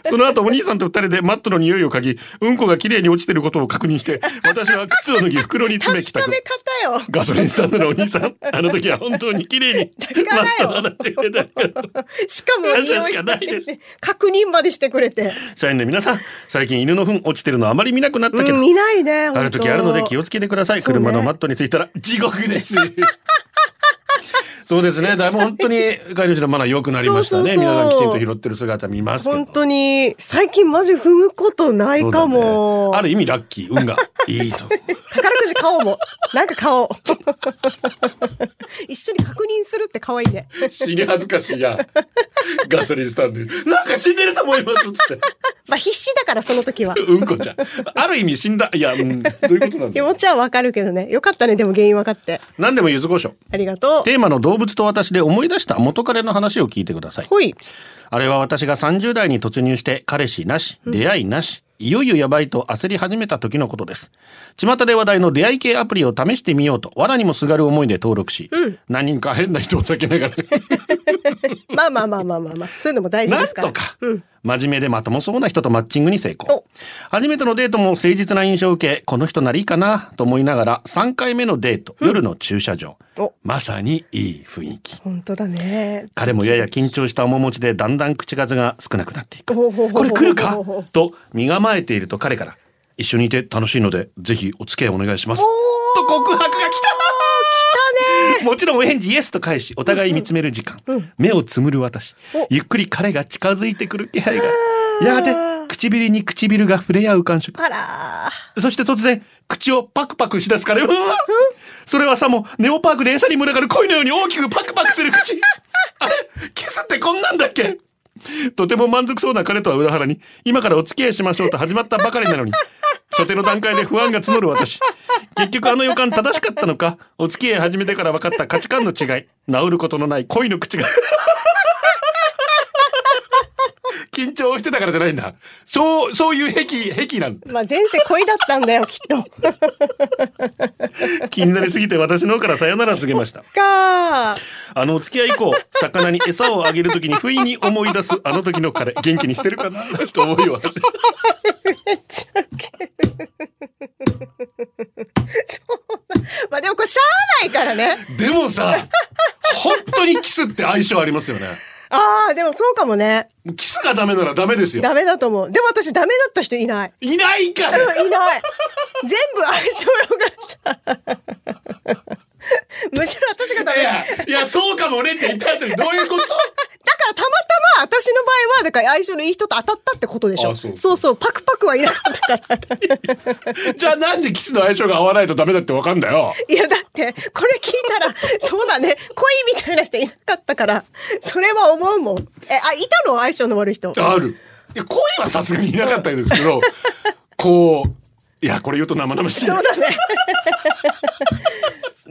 Speaker 5: その後お兄さんと二人でマットの匂いを嗅ぎ、うんこが綺麗に落ちてることを確認して、私は靴を脱ぎ袋に詰め帰宅
Speaker 6: 確かめ。方よ
Speaker 5: ガソリンスタンドのお兄さん、あの時は本当に綺麗にマットを洗ってくれてありがとう。
Speaker 6: しかも
Speaker 5: 感謝しかないです
Speaker 6: 確認までしてくれて。
Speaker 5: 社員の皆さん、最近犬の糞落ちてるのあまり見なくなったけど、
Speaker 6: うん、見ないね。
Speaker 5: ある時あるので気をつけてください。
Speaker 6: そうね
Speaker 5: 車のマットについたら地獄です。そうですね。だいぶ本当に飼い主のマナー良くなりましたね。
Speaker 6: そうそうそう
Speaker 5: 皆さんきちんと拾ってる姿見ますけど。
Speaker 6: 本当に、最近マジ踏むことない
Speaker 5: そうだ
Speaker 6: か
Speaker 5: ね
Speaker 6: も。
Speaker 5: ある意味ラッキー。運がい いと。
Speaker 6: 宝くじ買おうも。 なんか買おう。一緒に確認するって可愛いね。
Speaker 5: 死に恥ずかしいや。ガソリンスタンドに。なんか死んでると思います。つって。
Speaker 6: まあ必死だから、その 時は。
Speaker 5: うんこちゃん。ある意味死んだ。いや、うん。どういうこと なん
Speaker 6: 気
Speaker 5: だ
Speaker 6: 持
Speaker 5: ろ
Speaker 6: ちはわかるけどね。よかったね、でも原因わかって。
Speaker 5: う。何でもゆずこしょう。
Speaker 6: ありがとう。
Speaker 5: テーマの動物と私で思い出した元彼の話を聞いてください。
Speaker 6: ほい。
Speaker 5: あれは私が30代に突入して彼氏なし、出会いなし、いよいよやばいと焦り始めた時のことです。巷で話題の出会い系アプリを試してみようと、藁にもすがる思いで登録し、何人か変な人を避けなが ら、
Speaker 6: まあまあまあまあまあまあ。そういうのも大事
Speaker 5: な
Speaker 6: で
Speaker 5: ん
Speaker 6: すから。
Speaker 5: とか
Speaker 6: うん。、
Speaker 5: 真面目でまともそうな人とマッチングに成功。初めてのデートも誠実な印象を受け、この人ならいいかなと思いながら、3回目のデート、夜の駐車場
Speaker 6: お。
Speaker 5: まさにいい雰囲気。
Speaker 6: 本当だね。
Speaker 5: 彼もやや緊張した面持ちでだんだん口数が少なくなっていく。
Speaker 6: ほうほうほうほう
Speaker 5: これ来るかと身構えていると彼から、一緒にいて楽しいので、ぜひお付き合いお願いします。と告白が来た来たねもちろんお返事イエスと返し、お互い見つめる時間。目をつむる私。ゆっくり彼が近づいてくる気配が。やがて、唇に唇が触れ合う感触。
Speaker 6: あらー。
Speaker 5: そして突然、口をパクパクしだすから、うわそれはさも、ネオパークで餌に群がる恋のように大きくパクパクする口。あれキスってこんなんだっけとても満足そうな彼とは裏腹に、今からお付き合いしましょうと始まったばかりなのに、初手の段階で不安が募る私。結局あの予感正しかったのか、お付き合い始めてから分かった価値観の違い、治ることのない恋の口が。 緊張してたからじゃないんだ。そう、そういう癖、癖なんだ。
Speaker 6: まあ前世恋だったんだよ、 きっと。
Speaker 5: 気になりすぎて私の方からさよならを告げました。
Speaker 6: かー。
Speaker 5: あのお付き合い以降、魚に餌をあげるときに不意に思い出すあの時の彼、元気にしてるかなと思いは。
Speaker 6: めっちゃウケる。そうなまあでもこれしゃあないからね。
Speaker 5: でもさ、本当にキスって相性ありますよね。
Speaker 6: ああ、あ、でもそうかもね。
Speaker 5: もうキスがダメならダメですよ。
Speaker 6: ダメだと思う。でも私ダメだった人いない。
Speaker 5: いないか
Speaker 6: う
Speaker 5: ら。
Speaker 6: んいない。全部相性良かった。むしろ私がダメ。
Speaker 5: い
Speaker 6: だから
Speaker 5: や、いや、そうかもねって言った後にどういうこと
Speaker 6: たまたま私の場合は、だから相性のいい人と当たったってことでしょ。
Speaker 5: あ
Speaker 6: そ
Speaker 5: そうう
Speaker 6: そうパクパクはいなか ったから。
Speaker 5: じゃあなんでキスの相性が合わないとダメだってわかんだよ。
Speaker 6: いや、だって、これ聞いたら、そうだね、恋みたいな人いなかったから、それは思うもん。え、あ、いたの相性の悪い人。
Speaker 5: ある。いや、恋はさすがにいなかったんですけど、こう、いや、これ言うと生々しい。
Speaker 6: そうだね。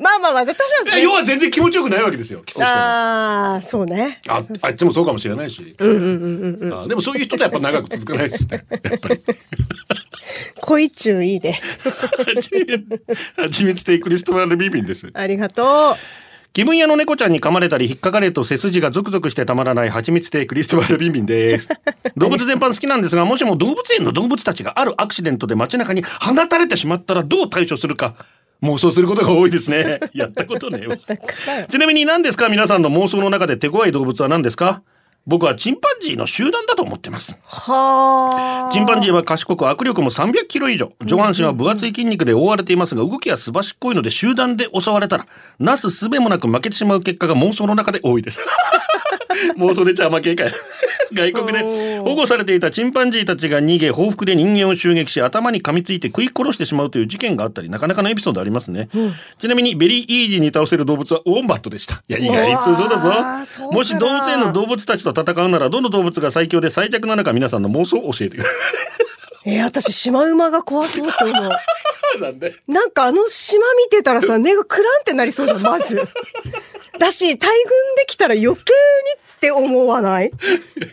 Speaker 6: まあまあまあ、私は
Speaker 5: や、
Speaker 6: い
Speaker 5: 要は全然気持ちよくないわけですよ、キスをしても
Speaker 6: ああ、そうね。
Speaker 5: ああっちもそうかもしれないし。あでもそういう人とやっぱ長く続かないですね。 やっぱり。
Speaker 6: 恋中いいね。
Speaker 5: はちみつテイクリストマルビビンです。
Speaker 6: ありがと
Speaker 5: 気分屋の猫ちゃんに噛まれたり引っかかれと背筋がゾクゾクしてたまらない蜂蜜亭クリストバル・ビンビンです。動物全般好きなんですが、もしも動物園の動物たちがあるアクシデントで街中に放たれてしまったらどう対処するか。妄想することが多いです ね。やったことねえわ。ちなみに何ですか皆さんの妄想の中で手強い動物は何ですか僕はチンパンジーの集団だと思ってます。
Speaker 6: う。はあ。
Speaker 5: チンパンジーは賢く握力も300キロ以上上半身は分厚い筋肉で覆われていますが動きはすばしっこいので集団で襲われたらなすすべもなく負けてしまう結果が妄想の中で多いです 妄想でちゃ負けかよ 外国で保護されていたチンパンジーたちが逃げ報復で人間を襲撃し頭に噛みついて食い殺してしまうという事件があったりなかなかのエピソードありますね、ちなみにベリーイージーに倒せる動物はウォンバットでしたいや意外に通そう
Speaker 6: うわ
Speaker 5: だ
Speaker 6: ーそう
Speaker 5: ぞ
Speaker 6: かな
Speaker 5: もし動物園の動物たちと戦うならどの動物が最強で最弱なのか皆さんの妄想を教えてください
Speaker 6: えー私、シマウマが怖そうと思う。
Speaker 5: なんで
Speaker 6: なんかあの島見てたらさ、目がクランってなりそうじゃん、まず。だし、大群できたら余計にって思わない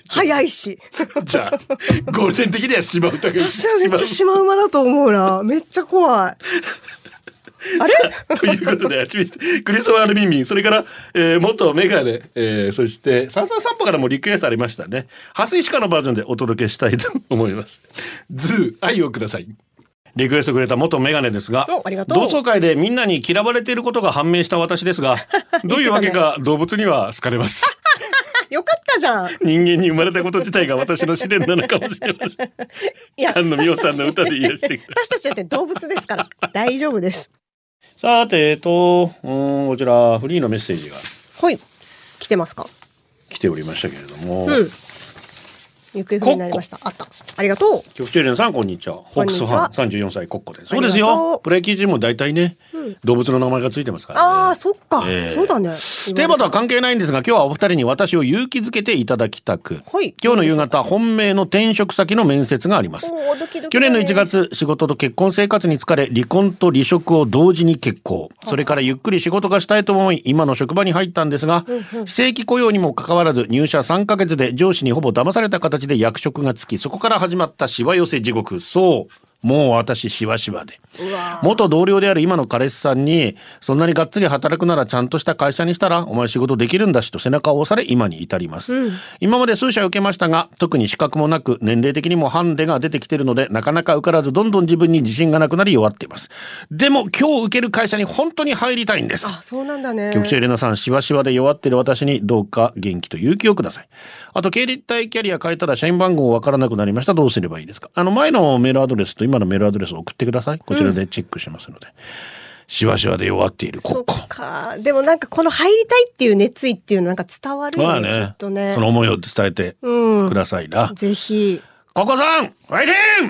Speaker 6: 早いし。
Speaker 5: じゃあ、ゴールデン的にはしまうたけ
Speaker 6: 私はめっちゃシマウマだと思うな。めっちゃ怖い。あれ
Speaker 5: ということで、ちみつクリストファー・ルビンビン、それから、えー、元メガネ、えー、そして、サンサンサンパからもリクエストありましたね。ハスイシカのバージョンでお届けしたいと思います。ズー、愛をください。リクエストくれた元メガネですが
Speaker 6: おありが、と
Speaker 5: 同
Speaker 6: う
Speaker 5: 窓会でみんなに嫌われていることが判明した私です が、どういうわけか動物には好かれます。
Speaker 6: よかったじゃん。
Speaker 5: 人間に生まれたこと自体が私の試練なのかもしれま せん。
Speaker 6: いや、
Speaker 5: 菅野美桜さんの歌で癒
Speaker 6: 私
Speaker 5: や
Speaker 6: た
Speaker 5: し
Speaker 6: ち
Speaker 5: てく
Speaker 6: 私たちだって動物ですから。大丈夫です。
Speaker 5: さて、えっと、うーん、こちら、フリーのメッセージが
Speaker 6: ほい。来てますか
Speaker 5: 来ておりましたけれども、
Speaker 6: うん。行方不明になりました。あった。ありがとう。
Speaker 5: 局長連さん、こんにちは。ホ
Speaker 6: こん
Speaker 5: ー
Speaker 6: に
Speaker 5: ク
Speaker 6: ち
Speaker 5: ス
Speaker 6: は
Speaker 5: ファン、34歳、コッコです。そうです
Speaker 6: ありがと
Speaker 5: よ
Speaker 6: う。
Speaker 5: プロ野球チームも大体ね、動物の名前がついてますからね。
Speaker 6: ああ、そっか。
Speaker 5: ええ
Speaker 6: そうだね。
Speaker 5: テーマとは関係ないんですが、今日はお二人に私を勇気づけていただきたく、
Speaker 6: はい
Speaker 5: 今日の夕方、本命の転職先の面接があります。
Speaker 6: おードキドキだね
Speaker 5: 去年の1月、仕事と結婚生活に疲れ、離婚と離職を同時に結婚。それからゆっくり仕事がしたいと思い、今の職場に入ったんですが、非正規雇用にもかかわらず、入社3ヶ月で上司にほぼ騙された形で役職がつき、そこから始まったしわ寄せ地獄。そう、もう私しわしわで。元同僚である今の彼氏さんに、そんなにがっつり働くならちゃんとした会社にしたら、お前仕事できるんだしと背中を押され、今に至ります。今まで数社受けましたが、特に資格もなく、年齢的にもハンデが出てきてるので、なかなか受からず、どんどん自分に自信がなくなり弱っています。でも、今日受ける会社に本当に入りたいんです。
Speaker 6: あ、そうなんだね。
Speaker 5: 局長エレナさん、しわしわで弱ってる私にどうか元気と勇気をください。あと、経理体キャリア変えたら社員番号わからなくなりました。どうすればいいですかあの、前のメールアドレスと今のメールアドレスを送ってください。こちらでチェックしますので。しわしわで弱っている国
Speaker 6: そ
Speaker 5: 家。
Speaker 6: っか。でもなんかこの入りたいっていう熱意っていうのなんか伝わる
Speaker 5: ま
Speaker 6: よ
Speaker 5: あ
Speaker 6: ね、き
Speaker 5: ね
Speaker 6: っ、とね
Speaker 5: そ。の思いを伝えて
Speaker 6: うん
Speaker 5: く。ださいな。
Speaker 6: ぜひ。
Speaker 5: ココさん、ファイティン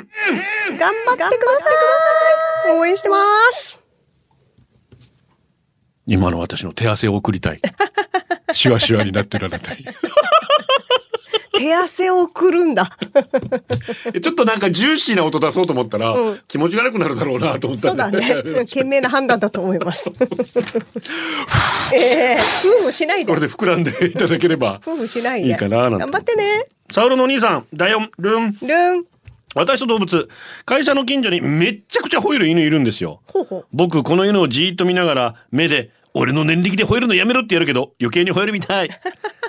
Speaker 6: 頑張ってください。応援してます。
Speaker 5: 今の私の手汗を送りた い。しわしわになってるあなたに。
Speaker 6: 手汗を送るんだ。
Speaker 5: ちょっとなんかジューシーな音出そうと思ったら、気持ち悪くなるだろうなと思った
Speaker 6: そうん
Speaker 5: で
Speaker 6: だね。賢明な判断だと思います。ええ夫婦しないで
Speaker 5: これ。で膨らんでいただければ。
Speaker 6: 夫婦しないで。
Speaker 5: いいかななんて
Speaker 6: 頑張ってね。
Speaker 5: サウロのお兄さん、ダイオン、ルン。
Speaker 6: ルン。
Speaker 5: 私と動物、会社の近所にめっちゃくちゃ吠える犬いるんですよ。
Speaker 6: ほうほう。
Speaker 5: 僕、この犬をじーっと見ながら、目で、俺の年力で吠えるのやめろってやるけど、余計に吠えるみたい。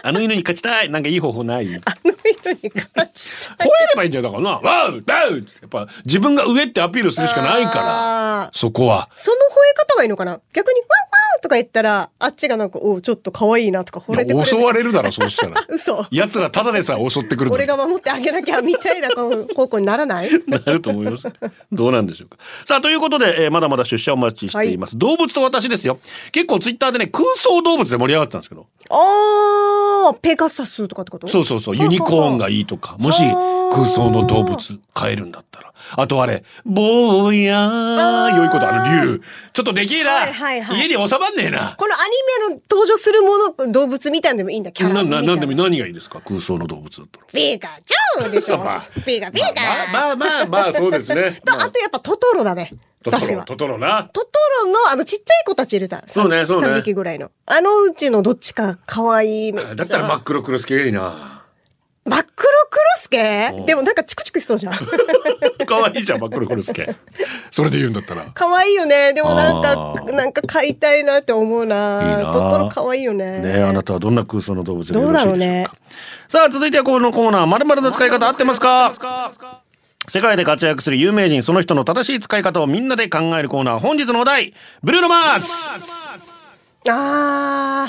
Speaker 5: あの犬に勝ちたい。なんかいい方法 ない。吠え
Speaker 6: あの人に勝ちたい。
Speaker 5: ればいいんじゃないだからな。ワウワウってやっぱ、自分が上ってアピールするしかないから。
Speaker 6: あー
Speaker 5: そこは。
Speaker 6: その吠え方がいいのかな逆にワンとか言ったら、あっちがなんか、おうちょっと可愛いなとか惚れてくれる。。
Speaker 7: 襲われるだろ、そうしたら
Speaker 6: 嘘。
Speaker 7: 奴らただでさえ襲ってくるのに
Speaker 6: 俺が守ってあげなきゃみたいなこう方向にならない
Speaker 5: なると思います。どうなんでしょうか。さあ、ということで、えーまだまだ出社お待ちしています。動物と私ですよ。結構ツイッターでね、空想動物で盛り上がってたんですけど。
Speaker 6: あー、ペガサスとかってこと
Speaker 7: そうそうそう、ユニコーンがいいとか、 もし
Speaker 6: あー
Speaker 7: 空想の動物飼えるんだったら。あとあれ、坊や
Speaker 6: あー
Speaker 7: ー、良いことある竜。ちょっとでけえな、
Speaker 6: はいはいはい
Speaker 7: 家に収まんねえな。
Speaker 6: このアニメの登場するもの、動物みたいなのでもいいんだ、キャラ
Speaker 7: な、
Speaker 6: みた
Speaker 7: な、
Speaker 6: い
Speaker 7: なんでも何がいいですか空想の動物だったら。
Speaker 6: ビガチョウで しょビガビガ、
Speaker 7: まあまあまあ、そうですね。
Speaker 6: と、あとやっぱトトロだね。
Speaker 7: トト
Speaker 6: 私
Speaker 7: ロ、
Speaker 6: は。ト
Speaker 7: トトロな。
Speaker 6: トロの、あの、ちっちゃい子たちいるた。
Speaker 5: そうねそうね
Speaker 6: 3匹ぐらいの。あのうちのどっちか、可愛いめっちゃ。
Speaker 7: だったら真
Speaker 6: 真
Speaker 7: っ黒黒スケがいいな。
Speaker 6: っ黒クロスケ
Speaker 5: うん
Speaker 6: でもなんかチクチクしそうじゃん。
Speaker 5: 可愛いじゃん、真っ黒黒助。
Speaker 7: それで言うんだったら。
Speaker 6: 可愛いよね。でもなん
Speaker 5: あ
Speaker 6: か、
Speaker 5: ー
Speaker 6: なんか飼いたいなって思うな。
Speaker 5: いいな
Speaker 6: トトロ可愛いよね。
Speaker 5: ねあなたはどんな空想の動物がよ
Speaker 6: ど
Speaker 5: ろ
Speaker 6: う
Speaker 5: しいで
Speaker 6: だ
Speaker 5: しょ
Speaker 6: ろ
Speaker 5: うか
Speaker 6: うね。
Speaker 5: さあ続いてはこのコーナー「まるの使い方合ってますか?」世界で活躍する有名人その人の正しい使い方をみんなで考えるコーナー本日のお題「ブルーノ・マーズ」
Speaker 6: あ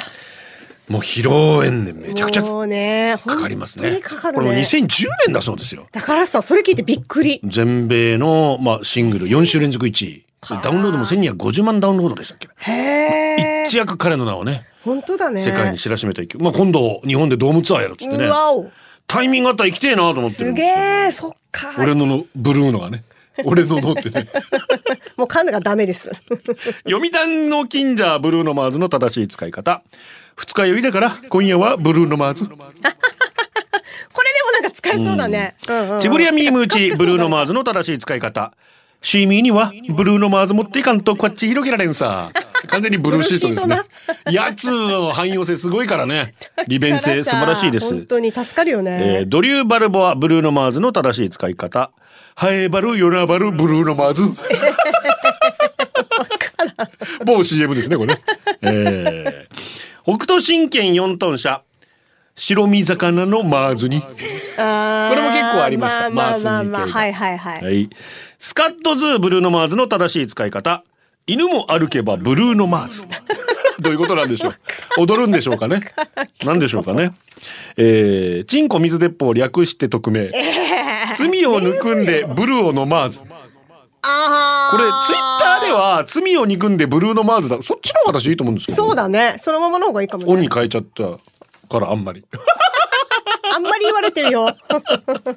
Speaker 7: もう披露宴でめちゃくちゃ
Speaker 6: ー。もうね、
Speaker 7: かかりますね
Speaker 6: 本当にかか
Speaker 5: こ
Speaker 6: る
Speaker 5: れも
Speaker 6: ね。
Speaker 5: 2010年だそうですよ
Speaker 6: だからさ、それ聞いてびっくり。
Speaker 5: 全米の、まあ、シングル4週連続1位ダウンロードも1250万ダウンロードでしたっけ
Speaker 6: へえ。
Speaker 5: 一躍彼の名をね
Speaker 6: 本当だね。
Speaker 5: 世界に知らしめた勢い、まあ、今度日本でドームツアーやるっつってね
Speaker 6: うわお。
Speaker 5: タイミングあったら行きてえなと思ってる
Speaker 6: す
Speaker 5: ん
Speaker 6: げ
Speaker 5: です
Speaker 6: え、そっか。
Speaker 7: 俺ののブルーのがね。俺ののってね。
Speaker 6: もう噛んだがダメです。
Speaker 5: 読谷の近所ブルーノ・マーズの正しい使い方二日酔いだから今夜はブルーノ・マーズ
Speaker 6: これでもなんか使えそうだね。うんうん
Speaker 5: チブリアミームーチブルーノ・マー
Speaker 6: ズ。
Speaker 5: ズの正しい使い方シーミーにはブルーノ・マーズ持っていかんとこっち広げられん さ完全にブルーシートですね
Speaker 6: ブ ル
Speaker 5: やつの汎用性すごいからね利便性素晴らしいで
Speaker 6: 本
Speaker 5: す、
Speaker 6: 当に助かるよ
Speaker 5: えー
Speaker 6: ね。
Speaker 5: ドリュー・バルボアブルーノ・マーズの正しい使い方ハエバル、ヨナバル、ブルーノマーズ。
Speaker 7: 某 CM ですね、これね。
Speaker 5: えー北斗神拳4トン車。白身魚のマーズに。
Speaker 6: あー
Speaker 5: これも結構ありました
Speaker 6: まあまあま
Speaker 5: マー
Speaker 6: あま
Speaker 5: スに
Speaker 6: あ、
Speaker 5: 系が
Speaker 6: はいはいはい。
Speaker 5: はい。スカットズーブルーノマーズの正しい使い方。犬も歩けばブルーノマーズ。
Speaker 7: どういうことなんでしょう。踊るんでしょうかね。
Speaker 5: なんでしょうかね。えー、チンコ水鉄砲略して匿名。罪を憎んでブルーノマーズ。こ
Speaker 6: ああ。
Speaker 5: れ、ツイッターで。は、罪を憎んでブルーノマーズだ。そっちの方が私いいと思うんですけど。
Speaker 6: そうだね。そのままの方がいいかも
Speaker 5: オ
Speaker 6: ね
Speaker 5: に。変えちゃったからあんまり。
Speaker 6: あんまり言われて るよ。
Speaker 5: 北斗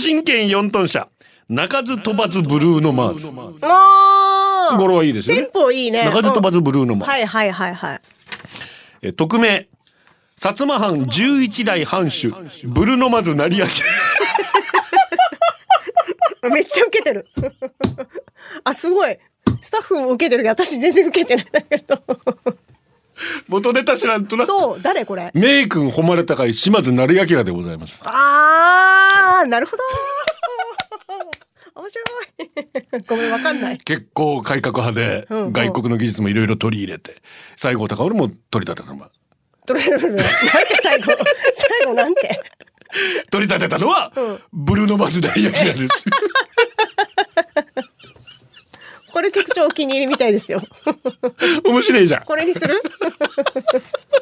Speaker 5: 神拳4トン車。鳴かず飛ばずブルーノマーズ。語
Speaker 6: ああ。
Speaker 5: 呂はいいですよ
Speaker 6: テン
Speaker 5: ね。
Speaker 6: ポいいね。
Speaker 5: 鳴かず飛ば
Speaker 6: う
Speaker 5: ずブルーノマ
Speaker 6: ん
Speaker 5: ーズ。
Speaker 6: はいはいはいはい。
Speaker 5: えー匿名薩摩藩11代藩主ブルノマズ成 明
Speaker 6: めっちゃ受けてる。 あ、すごい。スタッフも受けてるけど、私全然受けてないんだけど。
Speaker 5: 元ネタ知らんとな
Speaker 6: そう、誰これ。
Speaker 7: 名君誉れ高い島津成明でございます。
Speaker 6: あー、なるほど。面白い。ごめん、わかんない。
Speaker 7: 結構改革派で
Speaker 6: うんうん
Speaker 7: 外国の技術もいろいろ取り入れて西郷隆盛も取り立てたのは
Speaker 6: トレルルル。なんて最後。最後なんて。
Speaker 7: 取り立てたのはブルーノ・マーズ大明です
Speaker 6: これ局長お気に入りみたいですよ。
Speaker 7: 面白いじゃん
Speaker 6: これにする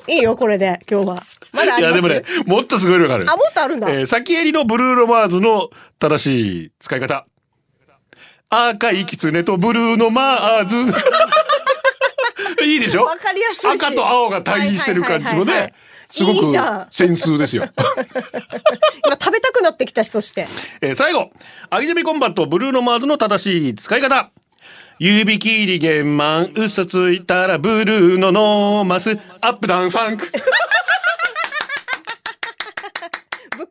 Speaker 6: いいよ、これで、今日は。まだあ
Speaker 7: い
Speaker 6: り
Speaker 7: や
Speaker 6: ます
Speaker 7: でもねもっとすごいのがある
Speaker 6: あ、もっとあるんだ。
Speaker 5: えー先襟のブルーノマーズの正しい使い方赤い狐とブルーノマーズいいでしょ
Speaker 6: わかりやすいし。
Speaker 5: 赤と青が対比してる感じも
Speaker 6: はいはいはいはい
Speaker 5: ねすご
Speaker 6: いい
Speaker 5: く
Speaker 6: じゃん
Speaker 5: センスですよ、
Speaker 6: 今食べたくなってきたし、そして。
Speaker 5: えー最後アギジェミコンバットブルーノマーズの正しい使い方指切り玄満嘘ついたらブルーノノーマスアップダウンファンク
Speaker 6: ぶっ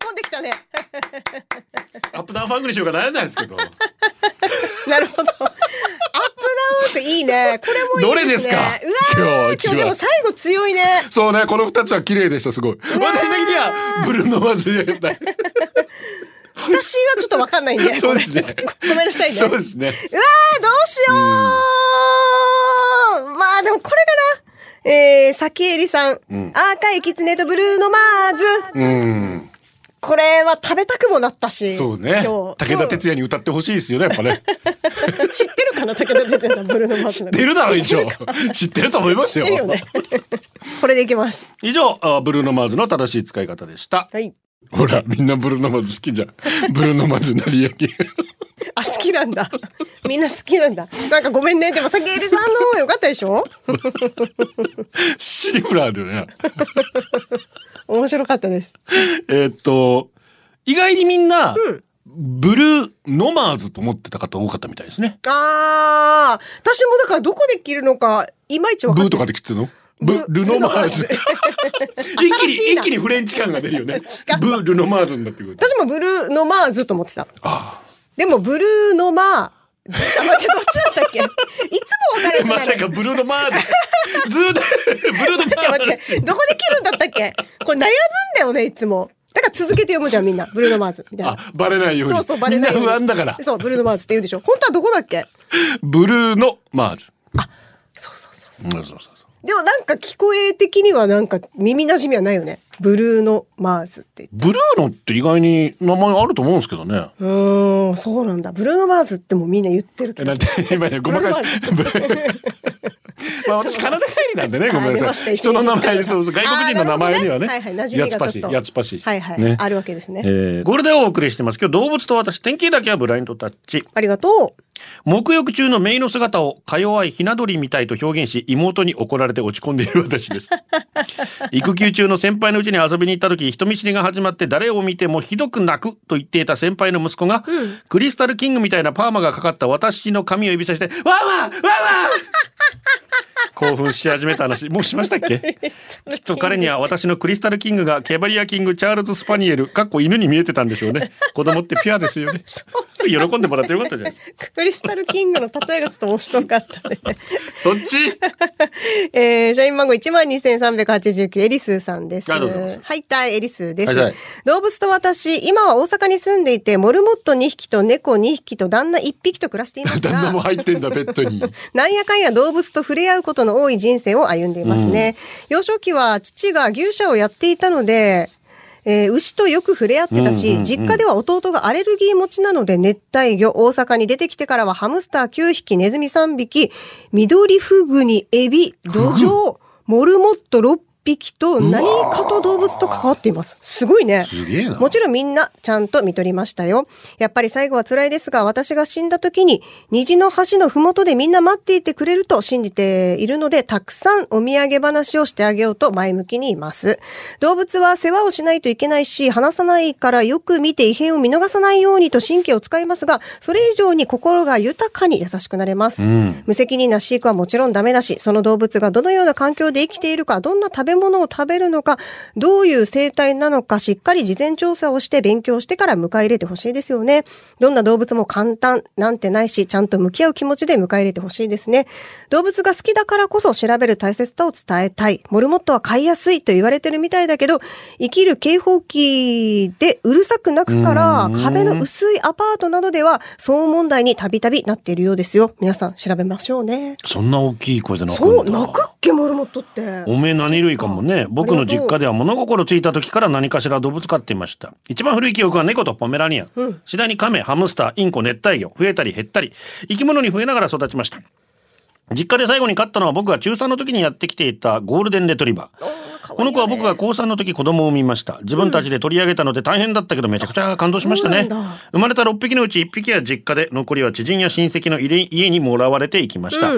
Speaker 6: こんできたね。
Speaker 5: アップダウンファンクにしようか悩んだんですけど。
Speaker 6: なるほど。アップダウンっていいね。これもいいですね。
Speaker 7: どれですか
Speaker 6: うわー
Speaker 7: 今日
Speaker 6: 今日でも最後強いね。
Speaker 7: そうねこの2つは綺麗でしたすごい私的にはブルーノ・マーズじゃない
Speaker 6: 私はちょっとわかんないんで。
Speaker 7: そうですね
Speaker 6: ごめんなさいね。
Speaker 7: そうですね
Speaker 6: うわーどうしようまあでもこれかなえー、サキエリさん。赤いキツネとブルーノマーズ。
Speaker 7: うん
Speaker 6: これは食べたくもなったし。
Speaker 7: そうね。
Speaker 6: 今
Speaker 7: 武
Speaker 6: 日。
Speaker 7: 田鉄矢に歌ってほしいですよね、やっぱね。
Speaker 6: うん知ってるかな武田鉄矢さん、ブルーノマー ズの。
Speaker 7: 出るだろ、 一応。知ってると思います
Speaker 6: 知っ
Speaker 7: よ。
Speaker 6: てるよね。これでいきます。
Speaker 5: 以上、あブルーノマーズの正しい使い方でした。
Speaker 6: はい。
Speaker 7: ほら、みんなブルーノマーズ好きじゃん。ブルーノマーズ成り上げ。
Speaker 6: あ、好きなんだ。みんな好きなんだ。なんかごめんね。でもさっきエリさんの方が良かったでしょ
Speaker 7: シルラーだよね。
Speaker 6: 面白かったです。
Speaker 5: えーっと、意外にみんな、ブルーノマーズと思ってた方多かったみたいですね。
Speaker 6: ああ、私もだからどこで切るのか、いまいち
Speaker 7: ブ
Speaker 6: 分か
Speaker 7: ー
Speaker 6: って
Speaker 7: とかで切ってるのブ、ルノマーズ。一気
Speaker 6: 新しい
Speaker 7: に、
Speaker 6: な
Speaker 7: 一気にフレンチ感が出るよね。ブ、ルノマーズになってくる。
Speaker 6: 私もブルーノマーズと思ってた。
Speaker 7: あ
Speaker 6: でもブルーノマーズ。あ、待って、どっちだったっけいつも分かれ
Speaker 7: あ。
Speaker 6: てない。
Speaker 7: まさかブルーノマーズ。ずーっと、ブルーノ
Speaker 6: 待って
Speaker 7: マ
Speaker 6: 待
Speaker 7: ー
Speaker 6: って、どこで切るんだったっけこれ悩むんだよね、いつも。だから続けて読むじゃん、みんな。ブルーノマーズ。みた
Speaker 7: ズ。
Speaker 6: いな。
Speaker 7: あ、バレないように。
Speaker 6: そうそう、バレないよう
Speaker 7: みん
Speaker 6: に。
Speaker 7: な不安だから。
Speaker 6: そう、ブルーノマーズって言うでしょ。本当はどこだっけ
Speaker 7: ブルーノマーズ。
Speaker 6: そうそうそうそ
Speaker 5: うんそうそうそう
Speaker 6: う。でもなんか聞こえ的にはなんか耳馴染みはないよね。ブルーノマーズって。
Speaker 5: ブルーノって意外に名前あると思うんですけどね。
Speaker 6: うーん、そうなんだ。ブルーノマーズってもうみんな言ってるけ
Speaker 7: え
Speaker 6: ど
Speaker 7: なん。て、今ね、ごまかし
Speaker 6: ブルーノマーズ
Speaker 7: まあ私、カナダ帰りなんでね、ごめんな
Speaker 6: あ出まし
Speaker 7: さ
Speaker 6: た
Speaker 7: い。人の名
Speaker 6: 一日
Speaker 7: 前、
Speaker 6: 一
Speaker 5: そうそう外国人の名前にはね、
Speaker 6: あーなるほどねはいはい馴染
Speaker 5: や
Speaker 6: み
Speaker 5: つ
Speaker 6: が
Speaker 5: ぱ
Speaker 6: ちょ
Speaker 5: し
Speaker 6: っ、と
Speaker 5: やつぱし。
Speaker 6: はいはい、
Speaker 5: ね
Speaker 6: あるわけですね。
Speaker 5: えー、ゴールデンをお送りしてます。今日、動物と私、天気だけはブラインドタッチ。
Speaker 6: ありがとう。
Speaker 5: 沐浴中のメイの姿をか弱いひな鳥みたいと表現し妹に怒られて落ち込んでいる私 です育休中の先輩のうちに遊びに行った時人見知りが始まって誰を見てもひどく泣くと言っていた先輩の息子が、クリスタルキングみたいなパーマがかかった私の髪を指さして「わーわーわーわ ー! 」興奮し始めた話もうしましたっけきっと彼には私のクリスタルキングがケバリアキングチャールズ・スパニエ ルかっこ犬に見えてたんでしょうね子供ってピュアですよね喜んでもらってよかったじゃないですか
Speaker 6: クリスタルキングの例えがちょっと面白かったね。
Speaker 5: そっち
Speaker 6: えー、社員番号12,389エリスーさんです。
Speaker 5: ありがとうございます
Speaker 6: はい、たいエリスーで
Speaker 5: は
Speaker 6: す、
Speaker 5: いはい
Speaker 6: 動物と私、今は大阪に住んでいて、モルモット2匹と猫2匹と旦那1匹と暮らしていま す
Speaker 7: 旦那も
Speaker 6: が、
Speaker 7: 入ってんだ、ベッドに。
Speaker 6: なんやかんや動物と触れ合うことの多い人生を歩んでいますね。幼少期は父が牛舎をやっていたので、えー牛とよく触れ合ってたし、実家では弟がアレルギー持ちなので熱帯魚、大阪に出てきてからはハムスター9匹、ネズミ3匹、緑フグにエビ、ドジョウ、モルモット6匹と何かと動物と関わっています。すごいね。
Speaker 5: すげえな。
Speaker 6: もちろんみんなちゃんと見とりましたよ。やっぱり最後は辛いですが、私が死んだ時に虹の橋のふもとでみんな待っていてくれると信じているので、たくさんお土産話をしてあげようと前向きにいます。動物は世話をしないといけないし、話さないからよく見て異変を見逃さないようにと神経を使いますが、それ以上に心が豊かに優しくなれます。無責任な飼育はもちろんダメだし、その動物がどのような環境で生きているか、どんな食べ物を食べるのか、どういう生態なのか、しっかり事前調査をして勉強してから迎え入れてほしいですよね。どんな動物も簡単なんてないし、ちゃんと向き合う気持ちで迎え入れてほしいですね。動物が好きだからこそ調べる大切さを伝えたい。モルモットは飼いやすいと言われてるみたいだけど、生きる警報器でうるさく鳴くから、壁の薄いアパートなどでは騒音問題にたびたびなっているようですよ。皆さん調べましょうね。
Speaker 5: そんな大きい声で泣くんだ。
Speaker 6: そう、泣くっけ、モルモットって。
Speaker 5: おめえ何類かもね。僕の実家では物心ついた時から何かしら動物飼っていました。一番古い記憶は猫とポメラニアン。次第に亀、ハムスター、インコ、熱帯魚、増えたり減ったり、生き物に増えながら育ちました。実家で最後に飼ったのは僕が中3の時にやってきていたゴールデンレトリバー。この子は僕が高3の時子供を産みました。自分たちで取り上げたので大変だったけどめちゃくちゃ感動しました
Speaker 6: あ
Speaker 5: ね
Speaker 6: そうなんだ。
Speaker 5: 生まれた6匹のうち1匹は実家で、残りは知人や親戚の家家にもらわれていきました。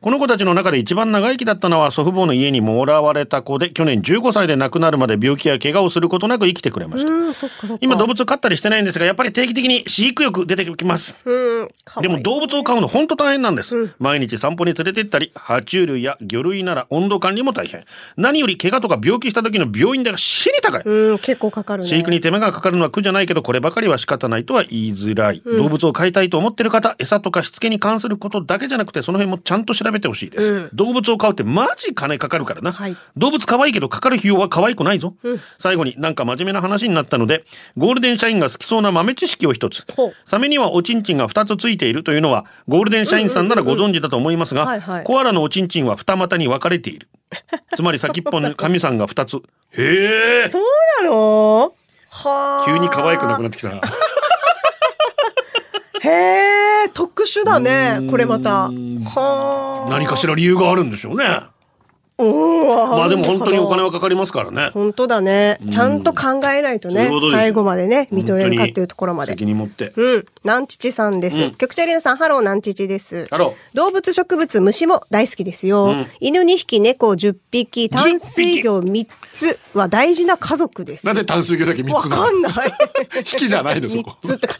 Speaker 5: この子たちの中で一番長生きだったのは祖父母の家にもらわれた子で、去年15歳で亡くなるまで病気や怪我をすることなく生きてくれました。
Speaker 6: うん、そっかそっか。
Speaker 5: 今動物を飼ったりしてないんですが、やっぱり定期的に飼育欲出てきます。
Speaker 6: うん、かわい
Speaker 5: で
Speaker 6: い
Speaker 5: も動物を飼うの本当大変なんです、毎日散歩に連れて行ったり、爬虫類や魚類なら温度管理も大変。何より怪我とか病気した時の病院代が死に高い。
Speaker 6: うん、結構かかるね。
Speaker 5: 飼育に手間がかかるのは苦じゃないけど、こればかりは仕方ないとは言いづらい。動物を飼いたいと思ってる方、餌とかしつけに関することだけじゃなくて、その辺もちゃんと調べてほしいです。動物を飼うってマジ金かかるからな。
Speaker 6: はい
Speaker 5: 動物可愛いけどかかる費用は可愛くないぞ。最後になんか真面目な話になったので、ゴールデン社員が好きそうな豆知識を一つ
Speaker 6: ほう。
Speaker 5: サメにはおちんちんが2つついているというのは、ゴールデン社員さんならご存知だと思います
Speaker 6: うんうんうんは
Speaker 5: が
Speaker 6: いはい、
Speaker 5: コアラのおちんちんは二股に分かれている。つまり先っぽの神さんが2つ。へえ。
Speaker 6: そうなのはあ。
Speaker 5: 急に可愛くなくなってきたな。
Speaker 6: へえ、特殊だね、これまた。
Speaker 5: うーん
Speaker 6: はあ。
Speaker 5: 何かしら理由があるんでしょうね。
Speaker 6: うん。
Speaker 5: ま
Speaker 6: ま
Speaker 5: あでも本当にお金はかかりますからね。
Speaker 6: 本当だね。ちゃんと考えないと
Speaker 5: そうい
Speaker 6: ね
Speaker 5: うこと、ですよ
Speaker 6: 最後までね、見とれるかっていうところまで。
Speaker 5: 責任持って。
Speaker 6: うん。なんちちさんです。
Speaker 5: うん
Speaker 6: 局長リナさん、ハローなんちちです。
Speaker 5: ハロ
Speaker 6: 動物、植物、虫も大好きですよ。
Speaker 5: うん
Speaker 6: 犬2匹、猫10匹、淡水魚3つは大事な家族です。
Speaker 7: なんで淡水魚だけ三
Speaker 6: わ
Speaker 7: つなの
Speaker 6: かんない。
Speaker 7: 引きじゃないのそこ。
Speaker 6: ずっとか。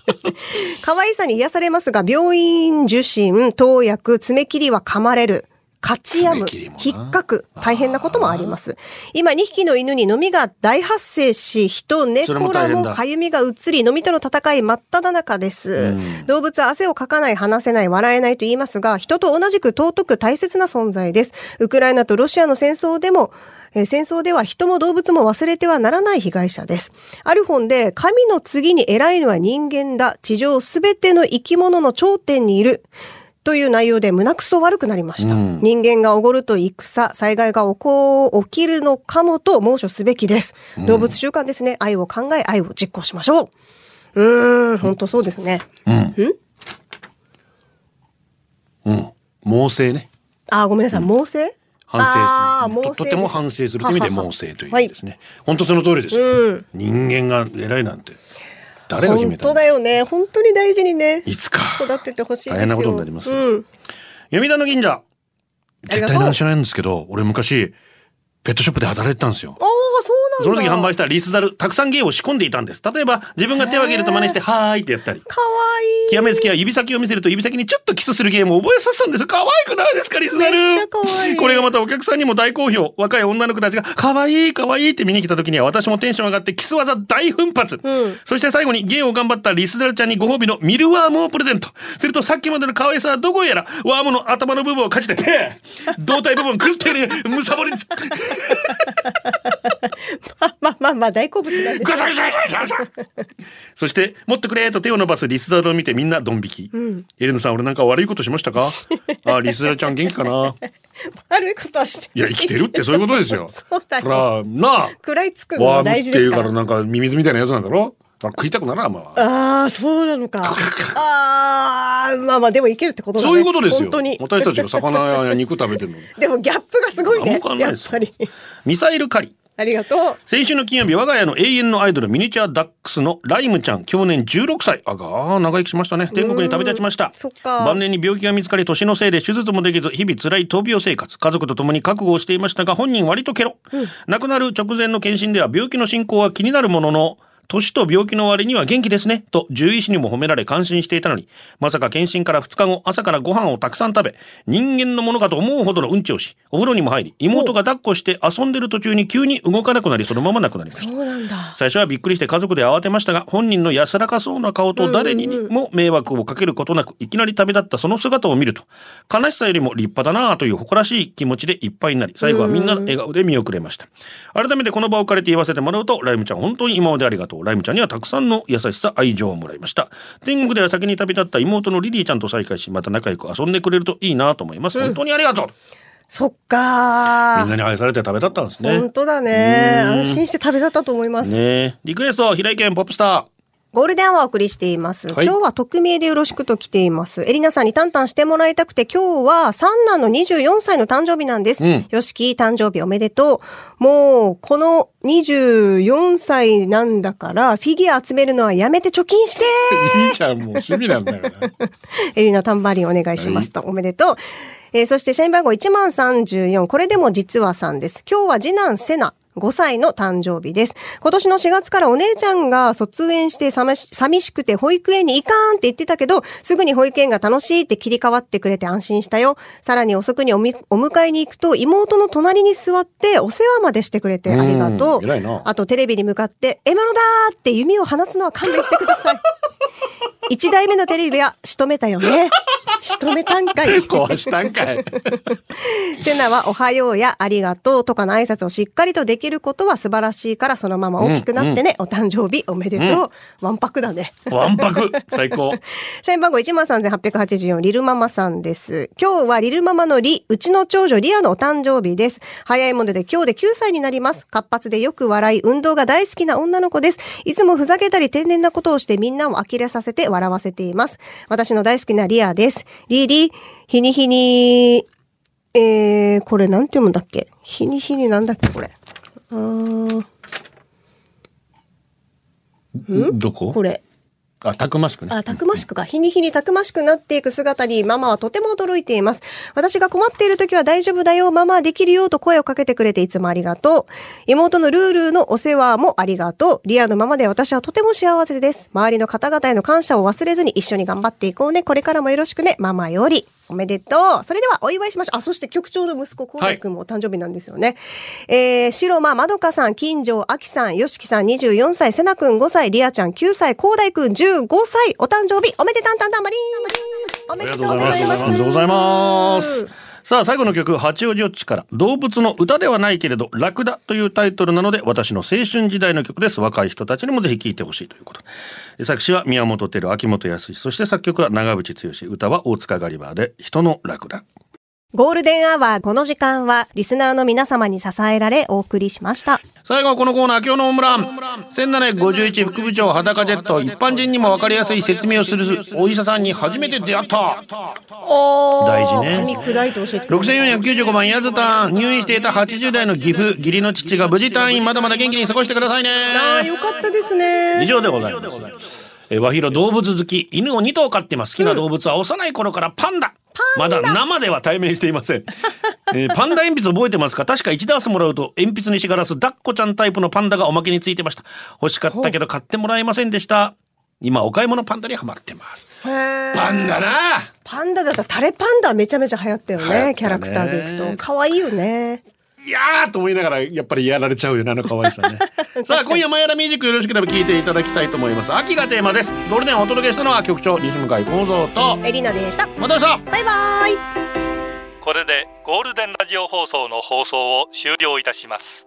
Speaker 6: 可愛さに癒されますが、病院受診、投薬、爪切りは噛まれる。勝ちやむ、
Speaker 7: 爪切り
Speaker 6: 引
Speaker 7: もな
Speaker 6: っかく、大変なこともあります。今、2匹の犬に飲みが大発生し、人、
Speaker 5: それも大
Speaker 6: 猫ら
Speaker 5: 変
Speaker 6: も
Speaker 5: だ
Speaker 6: かゆみが移り、飲みとの戦い真っ只中です。
Speaker 5: うん
Speaker 6: 動物は汗をかかない、話せない、笑えないと言いますが、人と同じく尊く大切な存在です。ウクライナとロシアの戦争でも、えー戦争では人も動物も忘れてはならない被害者です。ある本で、神の次に偉いのは人間だ、地上すべての生き物の頂点にいる。という内容で胸くそ悪くなりました。
Speaker 5: うん
Speaker 6: 人間がおごると戦、災害が起こ、起きるのかもと猛暑すべきです。動物習慣ですね。愛を考え、愛を実行しましょう。うーん、本当そうですね。
Speaker 5: ー。うん。猛省ね。
Speaker 6: あー、ごめんなさい、猛省あ
Speaker 5: 反
Speaker 6: ー
Speaker 5: 省する。
Speaker 6: 猛
Speaker 5: と
Speaker 6: 省
Speaker 5: とても反省するという意味で猛省という意味です
Speaker 6: ね。
Speaker 5: ね。本当その通りですよ。
Speaker 6: うん
Speaker 5: 人間が偉いなんて
Speaker 6: は
Speaker 5: 誰
Speaker 6: い
Speaker 5: が
Speaker 6: はい
Speaker 5: 決
Speaker 6: 本
Speaker 5: めた
Speaker 6: 当
Speaker 5: の
Speaker 6: だよね。本当に大事にね。
Speaker 5: いつか
Speaker 6: 育ててほしいですよ。
Speaker 5: 大変なことになりますよ
Speaker 6: うん。
Speaker 5: 読谷の銀座
Speaker 6: あり
Speaker 5: 絶
Speaker 6: がとう
Speaker 5: 対何知らないんですけど俺昔ペットショップで働いてたんですよ
Speaker 6: おー、そう
Speaker 5: そ
Speaker 6: なん
Speaker 5: の
Speaker 6: だ。
Speaker 5: 時販売したリスザルたくさん芸を仕込んでいたんです例えば自分が手を挙げると真似して「はーい」ってやったり
Speaker 6: かわいい。
Speaker 5: 極めつきは指先を見せると指先にちょっとキスするゲームを覚えさせたんですよ。可愛くないですか、リスナル。
Speaker 6: めっちゃ可愛い
Speaker 5: これがまたお客さんにも大好評。若い女の子たちが、可愛い可愛いって見に来た時には私もテンション上がってキス技大奮発。
Speaker 6: うん
Speaker 5: そして最後にゲームを頑張ったリスナルちゃんにご褒美のミルワームをプレゼント。するとさっきまでの可愛さはどこへやら、ワームの頭の部分をかじって、ペー胴体部分をくるってようにむさぼり、ガ
Speaker 6: あ まあまあまあ、大好物なんです。
Speaker 5: サガサガサガサ そして、持ってくれと手を伸ばすリスザルを見てみんなドン引き。
Speaker 6: うん。
Speaker 5: エレナさん、俺なんか悪いことしましたかあ、リスザルちゃん元気か な
Speaker 6: 悪いことはして
Speaker 5: いや、生きてるってそういうことですよ。
Speaker 6: そうだ
Speaker 5: ほら、
Speaker 6: よ。
Speaker 5: なあ、
Speaker 6: 食らいつくの
Speaker 5: ワ
Speaker 6: は
Speaker 5: ーム
Speaker 6: 大
Speaker 5: って
Speaker 6: 事
Speaker 5: い
Speaker 6: です
Speaker 5: う
Speaker 6: か
Speaker 5: から
Speaker 6: ら。
Speaker 5: なんかミミズみたいなやつなんだろだから食いたくならん、まあ。
Speaker 6: ああ、そうなのか。ああ、まあまあ、でもいけるってことだね。
Speaker 5: そういうことですよ。
Speaker 6: 本当に。
Speaker 5: 私たちが魚や肉食べてるの。
Speaker 6: でもギャップがすごい
Speaker 5: 何も
Speaker 6: ね
Speaker 5: 変わ。んない
Speaker 6: や
Speaker 5: で
Speaker 6: っ
Speaker 5: す
Speaker 6: ぱり。
Speaker 5: ミサイル狩り。
Speaker 6: ありがとう。
Speaker 5: 先週の金曜日、我が家の永遠のアイドル、ミニチュアダックスのライムちゃん、去年16歳。あがー、長生きしましたね。天国に旅立ちました。
Speaker 6: そっか。
Speaker 5: 晩年に病気が見つかり年のせいで手術もできず日々辛い闘病生活家族と共に覚悟をしていましたが本人割とケロ、亡くなる直前の検診では病気の進行は気になるものの年と病気の割には元気ですねと獣医師にも褒められ感心していたのにまさか検診から2日後朝からご飯をたくさん食べ人間のものかと思うほどのうんちをしお風呂にも入り妹が抱っこして遊んでる途中に急に動かなくなりそのまま亡くなりました
Speaker 6: そうなんだ。
Speaker 5: 最初はびっくりして家族で慌てましたが本人の安らかそうな顔と誰にも迷惑をかけることなくいきなり旅立ったその姿を見ると悲しさよりも立派だなあという誇らしい気持ちでいっぱいになり最後はみんなの笑顔で見送れました改めてこの場を借りて言わせてもらうとライムちゃん本当に今までありがとうライムちゃんにはたくさんの優しさ愛情をもらいました天国では先に旅立った妹のリリーちゃんと再会しまた仲良く遊んでくれるといいなと思います本当にありがとう、
Speaker 6: そっか。
Speaker 5: みんなに愛されて旅立ったんですね
Speaker 6: 本当だね。
Speaker 5: うん
Speaker 6: 安心して食べだったと思います。
Speaker 5: ねえリクエスト平井堅ポップスター
Speaker 6: ゴールデンはお送りしています。
Speaker 5: はい
Speaker 6: 今日は匿名でよろしくと来ています。エリナさんにタンタンしてもらいたくて、今日は三男の24歳の誕生日なんです。
Speaker 5: うん
Speaker 6: よしき、誕生日おめでとう。もう、この24歳なんだから、フィギュア集めるのはやめて貯金して
Speaker 7: 兄ちゃんもう趣味なんだよな。
Speaker 6: エリナタンバリンお願いしますと、おめでとう。えーそして社員番号1万34。これでも実はさんです。今日は次男セナ。5歳の誕生日です。今年の4月からお姉ちゃんが卒園して寂し寂しくて保育園に行かんって言ってたけど、すぐに保育園が楽しいって切り替わってくれて安心したよ。さらに遅くにおみお迎えに行くと妹の隣に座ってお世話までしてくれてありがとう。
Speaker 5: うん偉いな
Speaker 6: あとテレビに向かって、獲物だーって弓を放つのは勘弁してください。一台目のテレビは仕留めたよね。仕留めたん かい。
Speaker 5: 壊したんかい。
Speaker 6: セナはおはようやありがとうとかの挨拶をしっかりとできることは素晴らしいからそのまま大きくなってね。お誕生日おめでとう。わんぱくだね。
Speaker 5: わんぱく。最高。
Speaker 6: 社員番号13,884リルママさんです。今日はリルママのリ、うちの長女リアのお誕生日です。早いもので今日で9歳になります。活発でよく笑い、運動が大好きな女の子です。いつもふざけたり天然なことをしてみんなを呆れさせて笑わせています。私の大好きなリアです。リリ、日に日に、えー、これなんて読むんだっけ日に日になんだっけこれ。あー、
Speaker 5: どこ
Speaker 6: これ。
Speaker 5: あ、たくましくね。
Speaker 6: あ、たくましくか。日に日にたくましくなっていく姿にママはとても驚いています。私が困っている時は大丈夫だよ、ママはできるよと声をかけてくれていつもありがとう。妹のルールーのお世話もありがとう。リアのままで私はとても幸せです。周りの方々への感謝を忘れずに一緒に頑張っていこうね。これからもよろしくね、ママより。おめでとう。それではお祝いしましょう。あ、そして局長の息子、コウ君もお誕生日なんですよね。えー、白間まどかさん、金城あきさん、よしきさん24歳、せな君5歳、りあちゃん9歳、こうだい君15歳、お誕生日、おめでたんたんたんまりん。お
Speaker 5: あ
Speaker 6: め
Speaker 5: り
Speaker 6: で
Speaker 5: が
Speaker 6: と
Speaker 5: とうご
Speaker 6: うご
Speaker 5: ざいま
Speaker 6: ざい
Speaker 5: す。
Speaker 6: ます。
Speaker 5: ありがとうございます。さあ、最後の曲、八王子よっちから、動物の歌ではないけれど、ラクダというタイトルなので、私の青春時代の曲です。若い人たちにもぜひ聴いてほしいということで。作詞は宮本照、秋元康、そして作曲は長渕剛、歌は大塚ガリバーで、人のラクダ。
Speaker 6: ゴールデンアワー、この時間は、リスナーの皆様に支えられ、お送りしました。
Speaker 5: 最後はこのコーナー、今日のオムラン。1751副部長裸ジェット、一般人にもわかりやすい説明をする、お医者さんに初めて出会った。
Speaker 6: おー、
Speaker 5: 大事ね
Speaker 6: 噛み砕いて教えてくれる。
Speaker 5: 6495番ヤズタン入院していた80代の義父義理の父が無事退院まだまだ元気に過ごしてくださいね
Speaker 6: あー、よかったですね。
Speaker 5: 以上でございますえー和弘動物好き犬を2頭飼ってます好きな動物は幼い頃からパンダまだ生では対面していませ ん、えーパンダ鉛筆覚えてますか確か1ダースもらうと鉛筆にしがらすダッコちゃんタイプのパンダがおまけについてました欲しかったけど買ってもらえませんでした今お買い物パンダにはまってます
Speaker 6: へー
Speaker 5: パンダ なあ
Speaker 6: パンダだったらタレパンダめちゃめちゃ流行ったよね
Speaker 5: 流行ったね
Speaker 6: キャラクターでいくと可愛いよね
Speaker 5: いやーと思いながら、やっぱりやられちゃうよな、あの可愛さ ね。さあ、今夜もやらミュージックよろしければ聞いていただきたいと思います。秋がテーマです。ゴールデンをお届けしたのは局長、西向井幸三と、
Speaker 6: エリナでした
Speaker 5: また明日
Speaker 6: バイバイ
Speaker 1: これでゴールデンラジオ放送の放送を終了いたします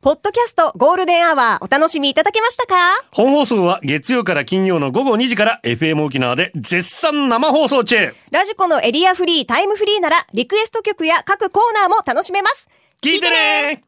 Speaker 6: ポッドキャストゴールデンアワーお楽しみいただけましたか
Speaker 5: 本放送は月曜から金曜の午後2時から FM 沖縄で絶賛生放送中
Speaker 6: ラジコのエリアフリータイムフリーならリクエスト曲や各コーナーも楽しめます
Speaker 5: 聞いてねー